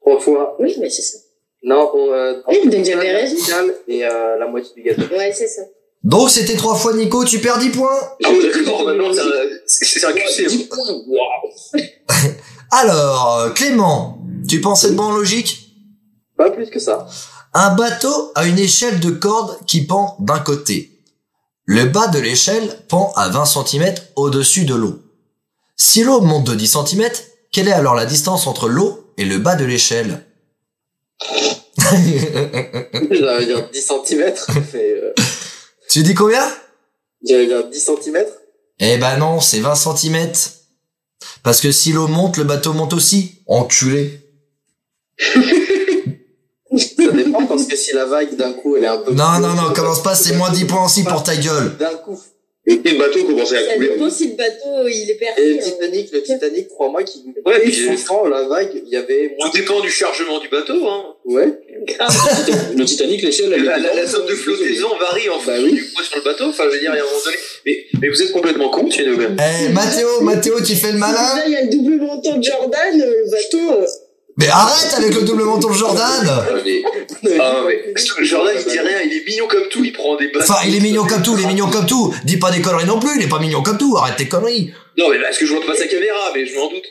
[SPEAKER 7] Trois fois.
[SPEAKER 4] Oui, mais c'est ça.
[SPEAKER 7] Non, on, euh,
[SPEAKER 4] Oui, donc j'avais
[SPEAKER 7] la
[SPEAKER 4] raison.
[SPEAKER 7] finale Et euh, la moitié du gâteau.
[SPEAKER 4] Ouais, c'est ça.
[SPEAKER 2] Donc, c'était trois fois, Nico, tu perds 10 points
[SPEAKER 6] Ah ouais, d'accord, maintenant, c'est un- c'est c'est un QC. moi.
[SPEAKER 2] Alors, euh, Clément, tu penses être bon en logique
[SPEAKER 7] Pas plus que ça.
[SPEAKER 2] Un bateau a une échelle de corde qui pend d'un côté. Le bas de l'échelle pend à 20 cm au-dessus de l'eau. Si l'eau monte de 10 cm, quelle est alors la distance entre l'eau et le bas de l'échelle
[SPEAKER 7] J'allais dire 10 cm. Mais, euh,
[SPEAKER 2] Tu dis combien
[SPEAKER 7] j'allais dire 10 cm.
[SPEAKER 2] Eh ben non, c'est 20 cm. Parce que si l'eau monte, le bateau monte aussi. Enculé.
[SPEAKER 7] Ça dépend parce que si la vague d'un coup elle est un peu.
[SPEAKER 2] Non, non, non, commence pas, c'est moins 10 points aussi pour ta gueule.
[SPEAKER 7] D'un coup.
[SPEAKER 8] Et le bateau commençait à
[SPEAKER 4] Ça
[SPEAKER 8] couler.
[SPEAKER 4] dépend si le bateau il est
[SPEAKER 7] Et
[SPEAKER 4] perdu. hein.
[SPEAKER 7] le Titanic, le Titanic, crois-moi qu'il
[SPEAKER 6] Ouais, puis-
[SPEAKER 2] euh,
[SPEAKER 7] son sang, la vague, il y avait moins.
[SPEAKER 6] Tout dépend du chargement du bateau, hein.
[SPEAKER 7] Ouais.
[SPEAKER 5] Le Titanic, l'échelle,
[SPEAKER 7] Ah,
[SPEAKER 5] elle est
[SPEAKER 6] La, la- la
[SPEAKER 5] dedans.
[SPEAKER 6] somme de flottaison varie en
[SPEAKER 5] Bah
[SPEAKER 6] fonction
[SPEAKER 5] oui.
[SPEAKER 6] du poids sur le bateau. Enfin, je veux dire, il y a un moment donné. Mais, mais vous êtes complètement con, tu es de même.
[SPEAKER 2] Eh, Mathéo, Mathéo, tu fais le malin
[SPEAKER 4] Déjà, il y a le double menton de Jordan, euh, le bateau. euh,
[SPEAKER 2] Mais arrête avec le double menton de Jordan
[SPEAKER 6] Ah, mais Jordan, il dit rien, il est mignon comme tout, il prend des bateaux.
[SPEAKER 2] Enfin, il est mignon comme tout, il est mignon comme tout. Dis pas des conneries non plus, il est pas mignon comme tout. Arrête tes conneries.
[SPEAKER 6] Non, mais parce que je vois pas sa caméra, mais je m'en doute.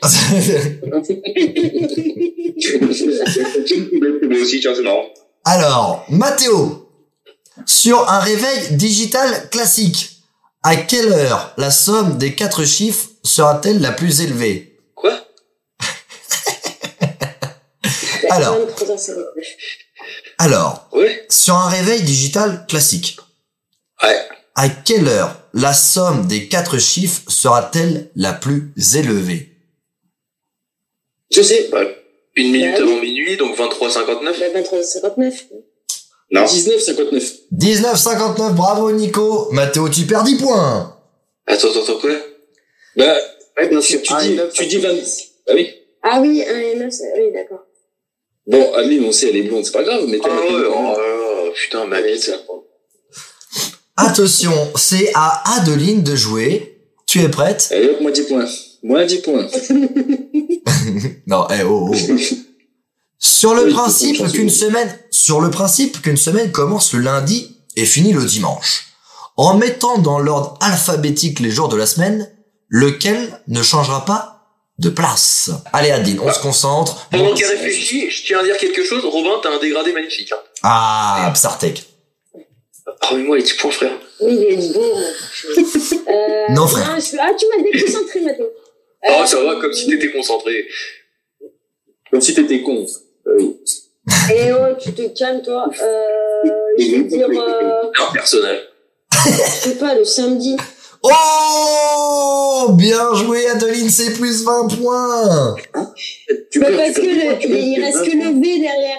[SPEAKER 8] Mais aussi, tiens, c'est marrant.
[SPEAKER 2] Alors, Mathéo, sur un réveil digital classique, à quelle heure la somme des quatre chiffres sera-t-elle la plus élevée
[SPEAKER 6] Quoi
[SPEAKER 2] Alors,
[SPEAKER 4] 23 ans, c'est vrai.
[SPEAKER 2] alors,
[SPEAKER 6] Ouais.
[SPEAKER 2] sur un réveil digital classique,
[SPEAKER 6] Ouais.
[SPEAKER 2] à quelle heure la somme des quatre chiffres sera-t-elle la plus élevée
[SPEAKER 5] Je sais,
[SPEAKER 6] Une minute
[SPEAKER 4] Ouais.
[SPEAKER 6] avant minuit, donc 23h59.
[SPEAKER 4] Bah, 23 59.
[SPEAKER 8] Non.
[SPEAKER 5] 19,59.
[SPEAKER 2] 19,59, bravo Nico. Mathéo, tu perds 10 points.
[SPEAKER 6] Attends, attends, attends, quoi
[SPEAKER 5] Bah,
[SPEAKER 7] Ouais, bien
[SPEAKER 5] tu,
[SPEAKER 7] sûr.
[SPEAKER 5] tu
[SPEAKER 7] Ah,
[SPEAKER 5] dis,
[SPEAKER 7] neuf,
[SPEAKER 5] tu
[SPEAKER 6] hein.
[SPEAKER 7] ça
[SPEAKER 5] dis
[SPEAKER 7] fait
[SPEAKER 5] 26. Bah oui.
[SPEAKER 4] Ah oui, 1 et 9, c'est- oui, d'accord.
[SPEAKER 5] Bon, Adeline, on sait, elle est blonde, c'est pas grave, mais
[SPEAKER 6] Ah
[SPEAKER 5] toi,
[SPEAKER 6] ouais,
[SPEAKER 5] Adeline,
[SPEAKER 6] oh là là, putain, ma
[SPEAKER 5] elle est-
[SPEAKER 6] bite.
[SPEAKER 2] Attention, c'est à Adeline de jouer. Tu es prête
[SPEAKER 5] Allez hop, moins 10 points. Moins 10 points.
[SPEAKER 2] Non, eh oh, oh. Sur le
[SPEAKER 5] Oui, c'est
[SPEAKER 2] principe
[SPEAKER 5] bon,
[SPEAKER 2] qu'une
[SPEAKER 5] c'est
[SPEAKER 2] semaine, sur le principe qu'une semaine commence le lundi et finit le dimanche. En mettant dans l'ordre alphabétique les jours de la semaine, lequel ne changera pas de place. Allez Adeline, on se concentre.
[SPEAKER 6] Pendant qu'elle réfléchit, je tiens à dire quelque chose. Robin, t'as un dégradé magnifique. Hein.
[SPEAKER 2] Ah, Psartek.
[SPEAKER 6] Remets-moi les petits points, frère.
[SPEAKER 4] Oui, il est beau. mon frère. Euh,
[SPEAKER 2] Non, frère.
[SPEAKER 4] ah, je suis- Ah, tu m'as déconcentré Euh, maintenant.
[SPEAKER 6] Oh, ça va, comme si t'étais concentré.
[SPEAKER 5] Comme si t'étais con.
[SPEAKER 4] Et oh, tu te calmes, toi. Euh, je vais dire, euh,
[SPEAKER 6] Un personnage.
[SPEAKER 4] je sais pas, le samedi.
[SPEAKER 2] Oh Bien joué Adeline, c'est plus 20 points
[SPEAKER 5] Tu
[SPEAKER 4] Bah,
[SPEAKER 5] perds,
[SPEAKER 4] parce
[SPEAKER 5] tu
[SPEAKER 4] Bah, que
[SPEAKER 5] perds des
[SPEAKER 4] le-
[SPEAKER 5] points, tu perds
[SPEAKER 4] il
[SPEAKER 5] des
[SPEAKER 4] reste que
[SPEAKER 5] points.
[SPEAKER 4] le V derrière.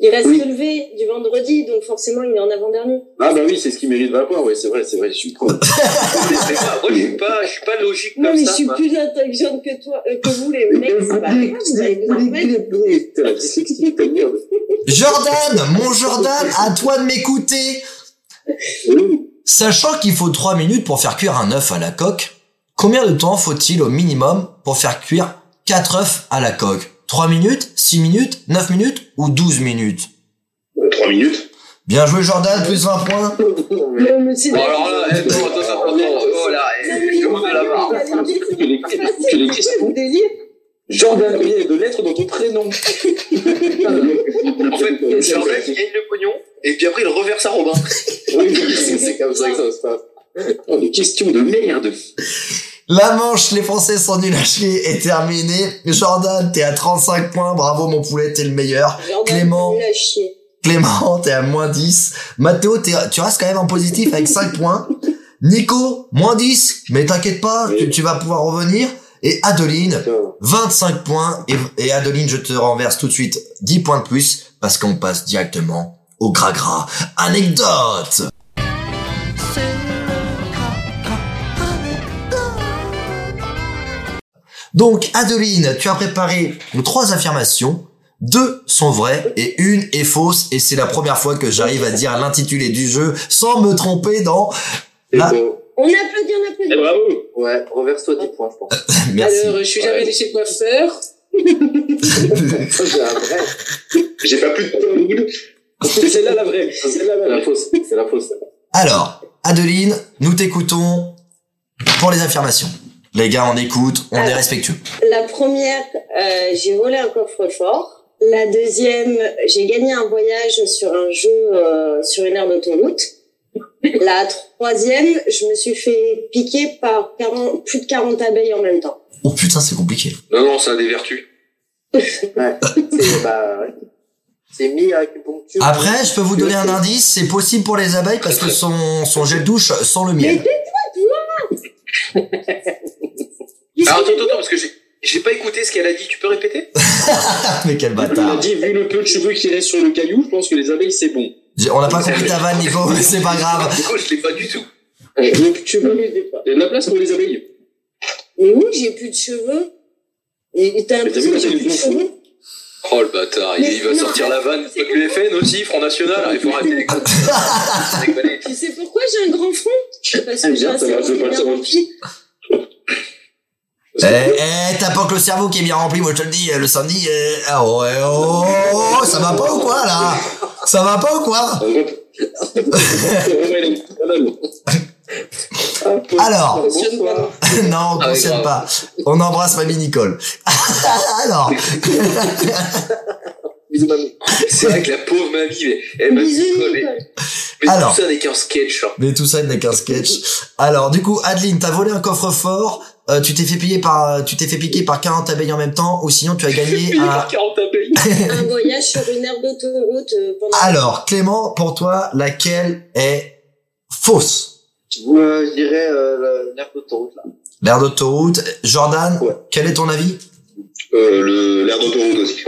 [SPEAKER 4] Il reste
[SPEAKER 5] Oui.
[SPEAKER 4] que le V du vendredi, donc forcément, il est en avant-dernier.
[SPEAKER 5] Ah bah oui, c'est ce qui mérite 20 points, ouais, c'est vrai, c'est vrai, je suis con.
[SPEAKER 6] Mais c'est pas- Moi, je suis pas, je suis pas logique
[SPEAKER 4] Non,
[SPEAKER 6] comme
[SPEAKER 4] mais je
[SPEAKER 6] ça.
[SPEAKER 4] suis
[SPEAKER 6] moi.
[SPEAKER 4] plus intelligente que toi, euh, que vous, les mecs. c'est pas grave, vous allez vous en mettre.
[SPEAKER 5] Putain, la dyslexie, putain, merde.
[SPEAKER 2] Jordan, mon Jordan, à toi de m'écouter.
[SPEAKER 5] Oui.
[SPEAKER 2] Sachant qu'il faut 3 minutes pour faire cuire un œuf à la coque, combien de temps faut-il au minimum pour faire cuire 4 œufs à la coque 3 minutes, 6 minutes, 9 minutes ou 12 minutes
[SPEAKER 8] 3 Euh, minutes.
[SPEAKER 2] Bien joué Jordan, plus 20 points.
[SPEAKER 4] Non, mais c'est
[SPEAKER 6] Bon, alors là, eh, bon, attends, attends, attends, oh là, eh, je demande à la barre.
[SPEAKER 5] Que les- que les questions.
[SPEAKER 4] délire.
[SPEAKER 5] Jordan, il y a de lettres dans ton prénom. en
[SPEAKER 6] En fait, Euh, c'est un mec qui gagne le pognon, et puis après, il reverse à Robin.
[SPEAKER 5] Oui, c'est c'est comme ça que ça se passe. Oh, les questions de merde.
[SPEAKER 2] La manche, les Français sont nuls à chier, est terminée. Jordan, t'es à 35 points, bravo mon poulet, t'es le meilleur. Clément.
[SPEAKER 4] Clément. chier.
[SPEAKER 2] Clément, t'es à moins 10. Mathéo, t'es- tu restes quand même en positif avec 5 points. Nico, moins 10, mais t'inquiète pas, tu, tu vas pouvoir revenir. Et Adeline, 25 points. Et, et Adeline, je te renverse tout de suite 10 points de plus parce qu'on passe directement au gras gras. Anecdote Donc, Adeline, tu as préparé trois affirmations. Deux sont vraies et une est fausse. Et c'est la première fois que j'arrive à dire l'intitulé du jeu sans me tromper dans... Là.
[SPEAKER 4] On applaudit, on applaudit.
[SPEAKER 5] bravo.
[SPEAKER 7] Ouais, reverse-toi 10 points, je pense.
[SPEAKER 2] Merci.
[SPEAKER 9] Eh ben, Alors, je suis jamais allée chez le coiffeur.
[SPEAKER 7] Ça, c'est la vraie.
[SPEAKER 8] J'ai pas plus de temps de boulot.
[SPEAKER 5] C'est là la vraie. C'est là la
[SPEAKER 7] C'est la
[SPEAKER 5] vraie.
[SPEAKER 7] fausse. C'est la fausse.
[SPEAKER 2] Alors, Adeline, nous t'écoutons pour les affirmations. Les gars, on écoute, on est respectueux.
[SPEAKER 4] La première, euh, j'ai volé un coffre-fort. La deuxième, j'ai gagné un voyage sur un jeu euh, sur une aire d'autoroute. La troisième, je me suis fait piquer par 40 plus de 40 abeilles en même temps.
[SPEAKER 2] Oh putain, c'est compliqué.
[SPEAKER 6] Non, non, ça a des vertus.
[SPEAKER 7] C'est, bah, ouais. c'est mis à acupuncture.
[SPEAKER 2] Après, je peux vous donner un indice, c'est possible pour les abeilles parce que son, son gel douche sent le
[SPEAKER 4] Mais
[SPEAKER 2] miel.
[SPEAKER 4] tais-toi, toi Qu'est-ce que
[SPEAKER 6] Alors, attends,
[SPEAKER 4] tu
[SPEAKER 6] attends, attends, parce que j'ai, j'ai pas écouté ce qu'elle a dit, tu peux répéter?
[SPEAKER 2] Ah, mais quel
[SPEAKER 5] Il a
[SPEAKER 2] bâtard.
[SPEAKER 5] dit, vu le peu de cheveux qui reste sur le caillou, je pense que les abeilles, c'est bon.
[SPEAKER 2] J'ai- On n'a pas compris ta vanne, Nico, mais c'est pas grave.
[SPEAKER 6] Du coup, je l'ai pas du tout.
[SPEAKER 5] Le peu de cheveux.
[SPEAKER 4] fais
[SPEAKER 5] Il y a de la place pour les abeilles.
[SPEAKER 4] Mais oui, j'ai plus de cheveux. Et et t'as l'impression que j'ai plus de cheveux
[SPEAKER 6] Oh, le bâtard, il,
[SPEAKER 4] Mais
[SPEAKER 6] il va
[SPEAKER 4] non,
[SPEAKER 6] sortir la vanne.
[SPEAKER 4] c'est quoi
[SPEAKER 6] UFN aussi, Front National, il faut arrêter les cons. Faut déconner.
[SPEAKER 4] Tu sais pourquoi j'ai un grand front Parce que
[SPEAKER 5] Eh Bien,
[SPEAKER 4] j'ai un
[SPEAKER 5] ça va,
[SPEAKER 4] cerveau
[SPEAKER 5] je vais
[SPEAKER 4] qui
[SPEAKER 5] pas le
[SPEAKER 4] est bien
[SPEAKER 5] savoir.
[SPEAKER 4] rempli.
[SPEAKER 2] Eh, eh, t'as pas que le cerveau qui est bien rempli, moi je te le dis, euh, le samedi, euh, ah ouais, oh, oh, oh, ça va pas ou quoi là Ça va pas ou quoi
[SPEAKER 5] Ah, Ah,
[SPEAKER 2] Alors, non, on ne
[SPEAKER 6] Ah,
[SPEAKER 2] concède
[SPEAKER 6] grave.
[SPEAKER 2] pas. On embrasse mamie Nicole. Alors,
[SPEAKER 7] Bisous, mamie.
[SPEAKER 6] C'est vrai que la pauvre mamie, mais
[SPEAKER 5] Eh
[SPEAKER 6] elle m'a
[SPEAKER 5] ben,
[SPEAKER 4] Bisous,
[SPEAKER 6] dit, mais,
[SPEAKER 4] Nicole.
[SPEAKER 6] mais
[SPEAKER 2] Alors.
[SPEAKER 6] tout ça n'est qu'un sketch. hein.
[SPEAKER 2] mais tout ça n'est qu'un sketch. Alors, du coup, Adeline, t'as volé un coffre-fort, euh, tu t'es fait payer par, tu t'es fait piquer par 40 abeilles en même temps, ou sinon tu as gagné un...
[SPEAKER 6] 40 abeilles.
[SPEAKER 4] un voyage sur une aire d'autoroute euh, pendant
[SPEAKER 2] Alors, Clément, pour toi, laquelle est fausse
[SPEAKER 7] Ouais, je dirais euh, l'air d'autoroute, là.
[SPEAKER 2] L'aire d'autoroute. Jordan,
[SPEAKER 7] Ouais.
[SPEAKER 2] quel est ton avis
[SPEAKER 8] Euh, le- L'air d'autoroute aussi.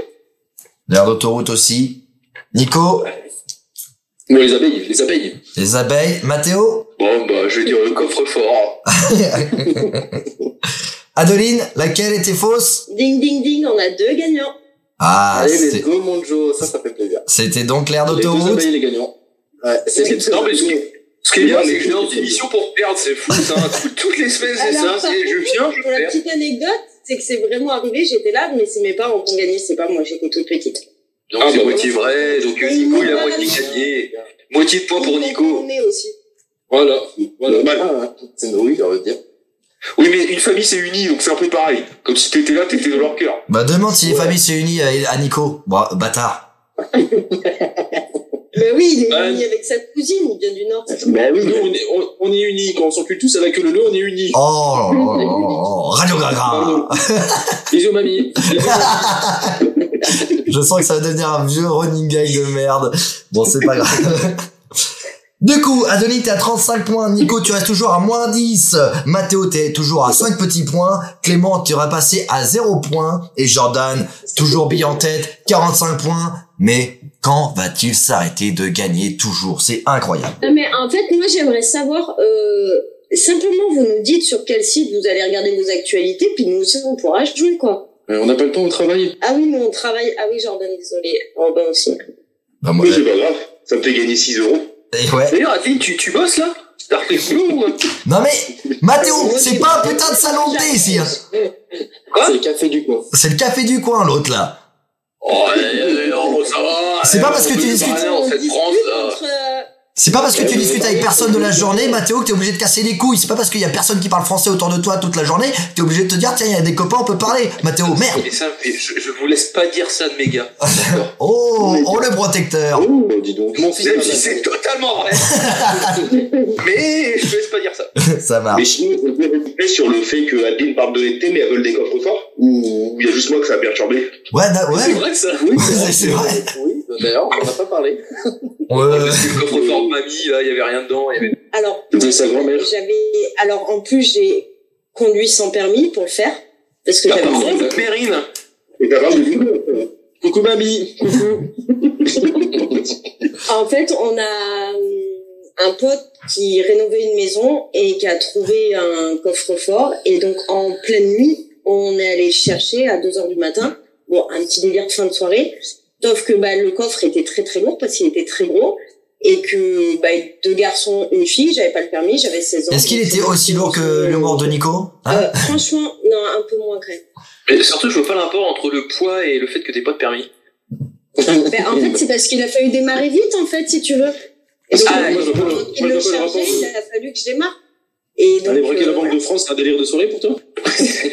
[SPEAKER 2] L'aire d'autoroute aussi. Nico,
[SPEAKER 5] Non, les abeilles, les abeilles.
[SPEAKER 2] les abeilles. Mathéo
[SPEAKER 6] Bon, bah, je vais dire le coffre-fort.
[SPEAKER 2] Adeline, laquelle était fausse
[SPEAKER 4] Ding ding ding, on a deux gagnants.
[SPEAKER 2] Ah,
[SPEAKER 7] Allez, les
[SPEAKER 2] c'est-
[SPEAKER 7] deux, mon Joe, ça, ça fait plaisir.
[SPEAKER 2] c'était donc l'aire
[SPEAKER 5] Les deux
[SPEAKER 2] d'autoroute.
[SPEAKER 5] abeilles, les gagnants.
[SPEAKER 7] Ouais, c'est
[SPEAKER 6] Non, mais ce qui est, ce qui est bien, c'est que je suis dans une émission pour perdre, c'est fou, ça. Tout- Toutes les semaines, c'est ça.
[SPEAKER 4] Alors, par
[SPEAKER 6] C'est, je
[SPEAKER 4] contre,
[SPEAKER 6] viens, je
[SPEAKER 4] pour la
[SPEAKER 6] perds.
[SPEAKER 4] petite anecdote, c'est que c'est vraiment arrivé, j'étais là, mais c'est mes parents qui ont gagné, c'est pas moi, j'étais toute petite.
[SPEAKER 6] Donc,
[SPEAKER 5] Ah,
[SPEAKER 6] c'est
[SPEAKER 5] bah,
[SPEAKER 6] moitié vrai. Donc,
[SPEAKER 4] Et
[SPEAKER 6] Nico, il a
[SPEAKER 4] voilà.
[SPEAKER 6] moitié gagné. Moitié de
[SPEAKER 5] Oh,
[SPEAKER 6] points pour Nico.
[SPEAKER 4] On est aussi.
[SPEAKER 5] Voilà. voilà.
[SPEAKER 8] Normal.
[SPEAKER 7] Ah, ouais, c'est une rouille, j'ai envie de dire.
[SPEAKER 6] Oui, mais une famille, c'est unie, donc c'est un peu pareil. Comme si t'étais là, t'étais dans leur cœur.
[SPEAKER 2] Bah demande si les familles se unissent à, à Nico. Bah, bâtard.
[SPEAKER 4] Mais oui, il est
[SPEAKER 5] Ouais.
[SPEAKER 4] uni avec sa cousine, il vient du Nord.
[SPEAKER 5] Ah,
[SPEAKER 7] Bah oui,
[SPEAKER 5] Nous, on est, on, on est unis. Quand on s'encule tous avec le le, on est unis.
[SPEAKER 2] Oh, là là là là là. Radio Gaga.
[SPEAKER 5] Pardon. Bisous, mamie.
[SPEAKER 2] Je sens que ça va devenir un vieux running gag de merde. Bon, c'est pas grave. Du coup, Adeline, t'es à 35 points. Nico, tu restes toujours à moins 10. Mathéo, t'es toujours à 5 petits points. Clément, tu auras passé à 0 points. Et Jordan, toujours bille en tête, 45 points. Mais Quand va-t-il s'arrêter de gagner toujours C'est incroyable.
[SPEAKER 4] Non, mais en fait, moi, j'aimerais savoir, euh, simplement, vous nous dites sur quel site vous allez regarder vos actualités, puis nous aussi, on pourra jouer, quoi.
[SPEAKER 5] Euh, on n'a pas le temps au travail.
[SPEAKER 4] Ah oui, nous, on travaille. Ah oui, Jordan, désolé. Oh, ben aussi.
[SPEAKER 2] Bah, moi,
[SPEAKER 8] Oui, c'est pas grave. Ça me fait gagner 6 euros.
[SPEAKER 2] et ouais.
[SPEAKER 6] D'ailleurs, Adeline, tu, tu bosses là T'as repris le boulot ou-
[SPEAKER 2] Non mais, Mathéo, c'est pas un putain de salon de thé ici. hein.
[SPEAKER 6] Quoi
[SPEAKER 5] C'est le café du coin.
[SPEAKER 2] C'est le café du coin, l'autre là.
[SPEAKER 6] Oh, eh, eh, oh, ça va.
[SPEAKER 2] C'est
[SPEAKER 6] eh,
[SPEAKER 2] pas parce
[SPEAKER 6] on
[SPEAKER 2] que
[SPEAKER 6] peut
[SPEAKER 2] tu
[SPEAKER 6] se
[SPEAKER 2] discutes-
[SPEAKER 6] parler en
[SPEAKER 4] On
[SPEAKER 6] cette
[SPEAKER 4] discute
[SPEAKER 6] France, là.
[SPEAKER 4] entre, euh,
[SPEAKER 2] C'est pas parce que tu discutes avec personne de la journée, Mathéo, que t'es obligé de casser les couilles. C'est pas parce qu'il y a personne qui parle français autour de toi toute la journée, que t'es obligé de te dire, tiens, il y a des copains, on peut parler. Mathéo, merde.
[SPEAKER 6] Et ça, et je, je vous laisse pas dire ça de mes gars.
[SPEAKER 2] Oh, oh le
[SPEAKER 6] Ah,
[SPEAKER 2] protecteur.
[SPEAKER 5] Oh, bah, dis donc.
[SPEAKER 7] Mon fils,
[SPEAKER 6] Même si c'est totalement vrai. Mais je vous laisse pas dire ça.
[SPEAKER 2] Ça marche.
[SPEAKER 8] Mais sinon, on peut récupérer sur le fait que Adeline parle de l'été, mais elle veut le décoffre fort.
[SPEAKER 5] Mmh.
[SPEAKER 8] Ou il y a juste moi que ça a perturbé.
[SPEAKER 2] Ouais, na-
[SPEAKER 6] C'est
[SPEAKER 2] ouais. Euh.
[SPEAKER 6] vrai ça.
[SPEAKER 7] Oui,
[SPEAKER 2] C'est vrai.
[SPEAKER 7] Oui, d'ailleurs, on en a pas parlé.
[SPEAKER 2] Ouais.
[SPEAKER 6] Parce que le coffre-fort de mamie, là, il y avait rien dedans. il Y avait...
[SPEAKER 4] Alors,
[SPEAKER 5] De sa grand-mère.
[SPEAKER 4] j'avais, alors, en plus, j'ai conduit sans permis pour le faire. Parce que
[SPEAKER 6] Ah,
[SPEAKER 4] j'avais
[SPEAKER 6] par
[SPEAKER 4] pas-
[SPEAKER 6] contre, Mérine,
[SPEAKER 8] Et t'as parlé de Google.
[SPEAKER 5] Coucou mamie.
[SPEAKER 4] En fait, on a euh, un pote qui rénovait une maison et qui a trouvé un coffre-fort. Et donc, en pleine nuit, on est allé le chercher à 2 heures du matin. Bon, un petit délire de fin de soirée. Sauf que bah, le coffre était très très lourd parce qu'il était très gros. Et que bah, deux garçons, une fille, j'avais pas le permis, j'avais 16 ans.
[SPEAKER 2] Est-ce qu'il était aussi lourd que le mort de Nico Hein
[SPEAKER 4] Euh, Franchement, non, un peu moins quand même.
[SPEAKER 6] Mais surtout, je vois pas le rapport entre le poids et le fait que t'aies pas de permis.
[SPEAKER 4] Ben, en fait, c'est parce qu'il a fallu démarrer vite, en fait, si tu veux. Et donc,
[SPEAKER 6] Ah,
[SPEAKER 4] euh,
[SPEAKER 6] moi,
[SPEAKER 5] je vois pas le-
[SPEAKER 4] quand il
[SPEAKER 5] moi, je
[SPEAKER 4] le
[SPEAKER 5] vois pas le
[SPEAKER 4] chargeait,
[SPEAKER 5] rapport.
[SPEAKER 4] il a fallu que je démarre. Et donc,
[SPEAKER 5] Aller braquer
[SPEAKER 4] euh,
[SPEAKER 5] la Banque
[SPEAKER 4] voilà.
[SPEAKER 5] de France, c'est un délire de soirée pour toi
[SPEAKER 6] Eh,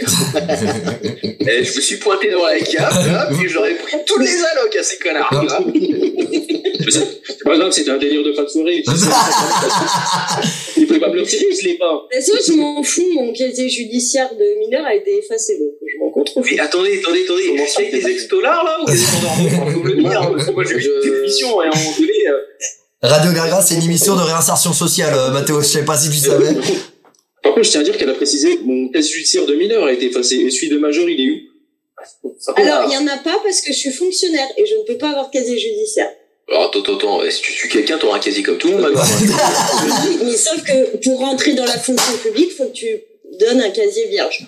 [SPEAKER 6] je me suis pointé dans la cave, là, puis j'aurais pris toutes les allocs à ces connards. là.
[SPEAKER 5] C'est pas grave, c'était un délire de fin de soirée. Il peut pas me le retirer, je l'ai pas.
[SPEAKER 4] Mais euh, ben, ça, je m'en fous, mon casier judiciaire de mineur a été effacé, donc je m'en contre.
[SPEAKER 6] Mais attendez, attendez, attendez,
[SPEAKER 7] Comment
[SPEAKER 6] est-ce
[SPEAKER 7] ça,
[SPEAKER 6] qu'il y a
[SPEAKER 7] t'es
[SPEAKER 6] des ex-dollars là ou des ex-dollars Faut me le dire, hein, parce que moi j'ai eu
[SPEAKER 7] Je-
[SPEAKER 6] des missions et à un moment donné. euh,
[SPEAKER 2] Radio Gaga, c'est une émission de réinsertion sociale, euh, Mathéo. Je sais pas si tu savais.
[SPEAKER 5] Par contre, je tiens à dire qu'elle a précisé mon test judiciaire de mineur a été effacé. Et celui de majeur, il est où
[SPEAKER 4] Alors, il y en a pas parce que je suis fonctionnaire et je ne peux pas avoir de casier judiciaire.
[SPEAKER 6] Alors, Oh, attends, attends, attends, si tu suis quelqu'un, t'auras un casier comme tout le monde, maintenant.
[SPEAKER 4] Mais sauf que pour rentrer dans la fonction publique, faut que tu donnes un casier vierge.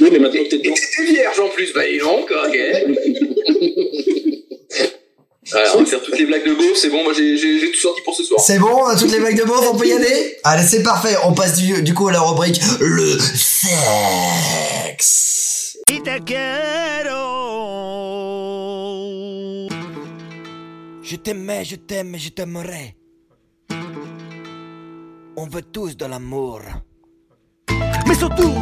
[SPEAKER 5] Oui, mais maintenant,
[SPEAKER 6] Et
[SPEAKER 5] peut-être
[SPEAKER 6] et
[SPEAKER 5] dedans.
[SPEAKER 6] t'étais vierge en plus, bah dis donc, ok. Alors, Ah, on va faire toutes les blagues de go, c'est bon, moi j'ai- j'ai j'ai tout sorti pour ce soir.
[SPEAKER 2] C'est bon, on a toutes les blagues de beauf, on peut y aller Allez, c'est parfait. On passe du, du coup à la rubrique le sexe.
[SPEAKER 1] Y te quiero. Je t'aimais, je t'aime et je t'aimerai. On veut tous de l'amour. Mais surtout,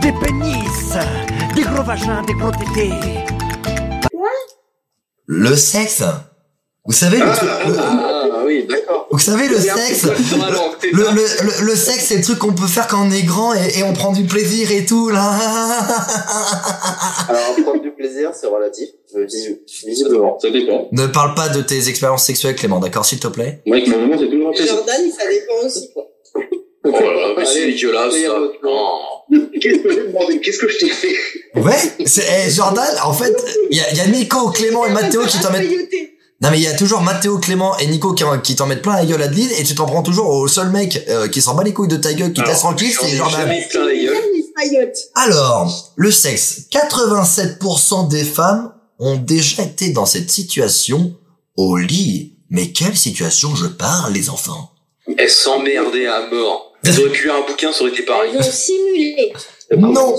[SPEAKER 1] des pénis, des gros vagins, des gros tétés.
[SPEAKER 2] Le sexe Vous savez le truc- le-
[SPEAKER 5] Ah oui, d'accord.
[SPEAKER 2] Vous savez le sexe le, le, le, le sexe, c'est le truc qu'on peut faire quand on est grand et, et on prend du plaisir et tout, là.
[SPEAKER 7] Alors, prendre du plaisir, c'est relatif. euh, visu- Visiblement.
[SPEAKER 5] Ça dépend.
[SPEAKER 2] Ne parle pas de tes expériences sexuelles, Clément, d'accord, s'il te plaît
[SPEAKER 5] Moi, avec mon moment, c'est toujours un plaisir.
[SPEAKER 4] Jordan, ça dépend aussi, quoi.
[SPEAKER 6] Oh là là, mais c'est
[SPEAKER 7] Allez,
[SPEAKER 6] dégueulasse
[SPEAKER 7] meilleur
[SPEAKER 6] ça.
[SPEAKER 7] autre.
[SPEAKER 6] Oh.
[SPEAKER 8] Qu'est-ce que j'ai demandé Qu'est-ce que je t'ai fait
[SPEAKER 2] Ouais c'est eh, Jordan, en fait, il y a, il y a Nico, Clément et Mathéo qui t'en mettent... Non mais il y a toujours Mathéo, Clément et Nico qui, en- qui t'en mettent plein la gueule, Adeline, et tu t'en prends toujours au seul mec euh, qui s'en bat les couilles de ta gueule, qui te laisse tranquille,
[SPEAKER 6] J'en
[SPEAKER 2] c'est
[SPEAKER 6] ai
[SPEAKER 2] Jordan.
[SPEAKER 6] jamais eu plein la gueule.
[SPEAKER 2] Alors, le sexe. 87% des femmes ont déjà été dans cette situation au lit. Mais quelle situation je parle, les enfants
[SPEAKER 6] Elle s'emmerdait à mort. Elles auraient pu lire un bouquin, ça aurait été pareil.
[SPEAKER 4] Ils ont simulé.
[SPEAKER 2] Non.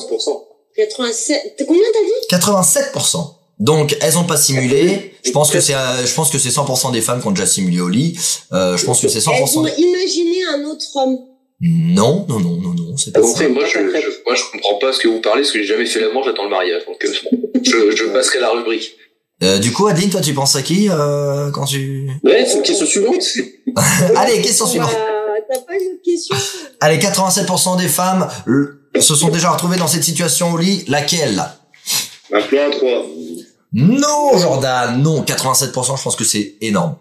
[SPEAKER 4] 87. T'as Combien t'as dit
[SPEAKER 2] 87%. Donc, elles ont pas simulé. Je pense que c'est, euh, je pense que c'est 100% des femmes qui ont déjà simulé au lit. Euh, je pense que c'est
[SPEAKER 4] Elles ont
[SPEAKER 2] 100%.
[SPEAKER 4] imaginé un autre homme.
[SPEAKER 2] Non, non, non, non, non, c'est pas ça.
[SPEAKER 6] Après, moi, je, je- moi, je comprends pas ce que vous parlez, parce que j'ai jamais fait l'amour, j'attends le mariage. Donc, euh, je, je passerai la rubrique.
[SPEAKER 2] Euh, du coup, Adeline, toi, tu penses à qui euh, quand tu
[SPEAKER 5] Ouais, c'est une question suivante.
[SPEAKER 2] Allez, question suivante.
[SPEAKER 4] Bah, T'as pas une autre question
[SPEAKER 2] Allez, 87% des femmes le- se sont déjà retrouvées dans cette situation au lit. Laquelle
[SPEAKER 8] Un plan à 3.
[SPEAKER 2] Non, Jordan, non, 87%, je pense que c'est énorme.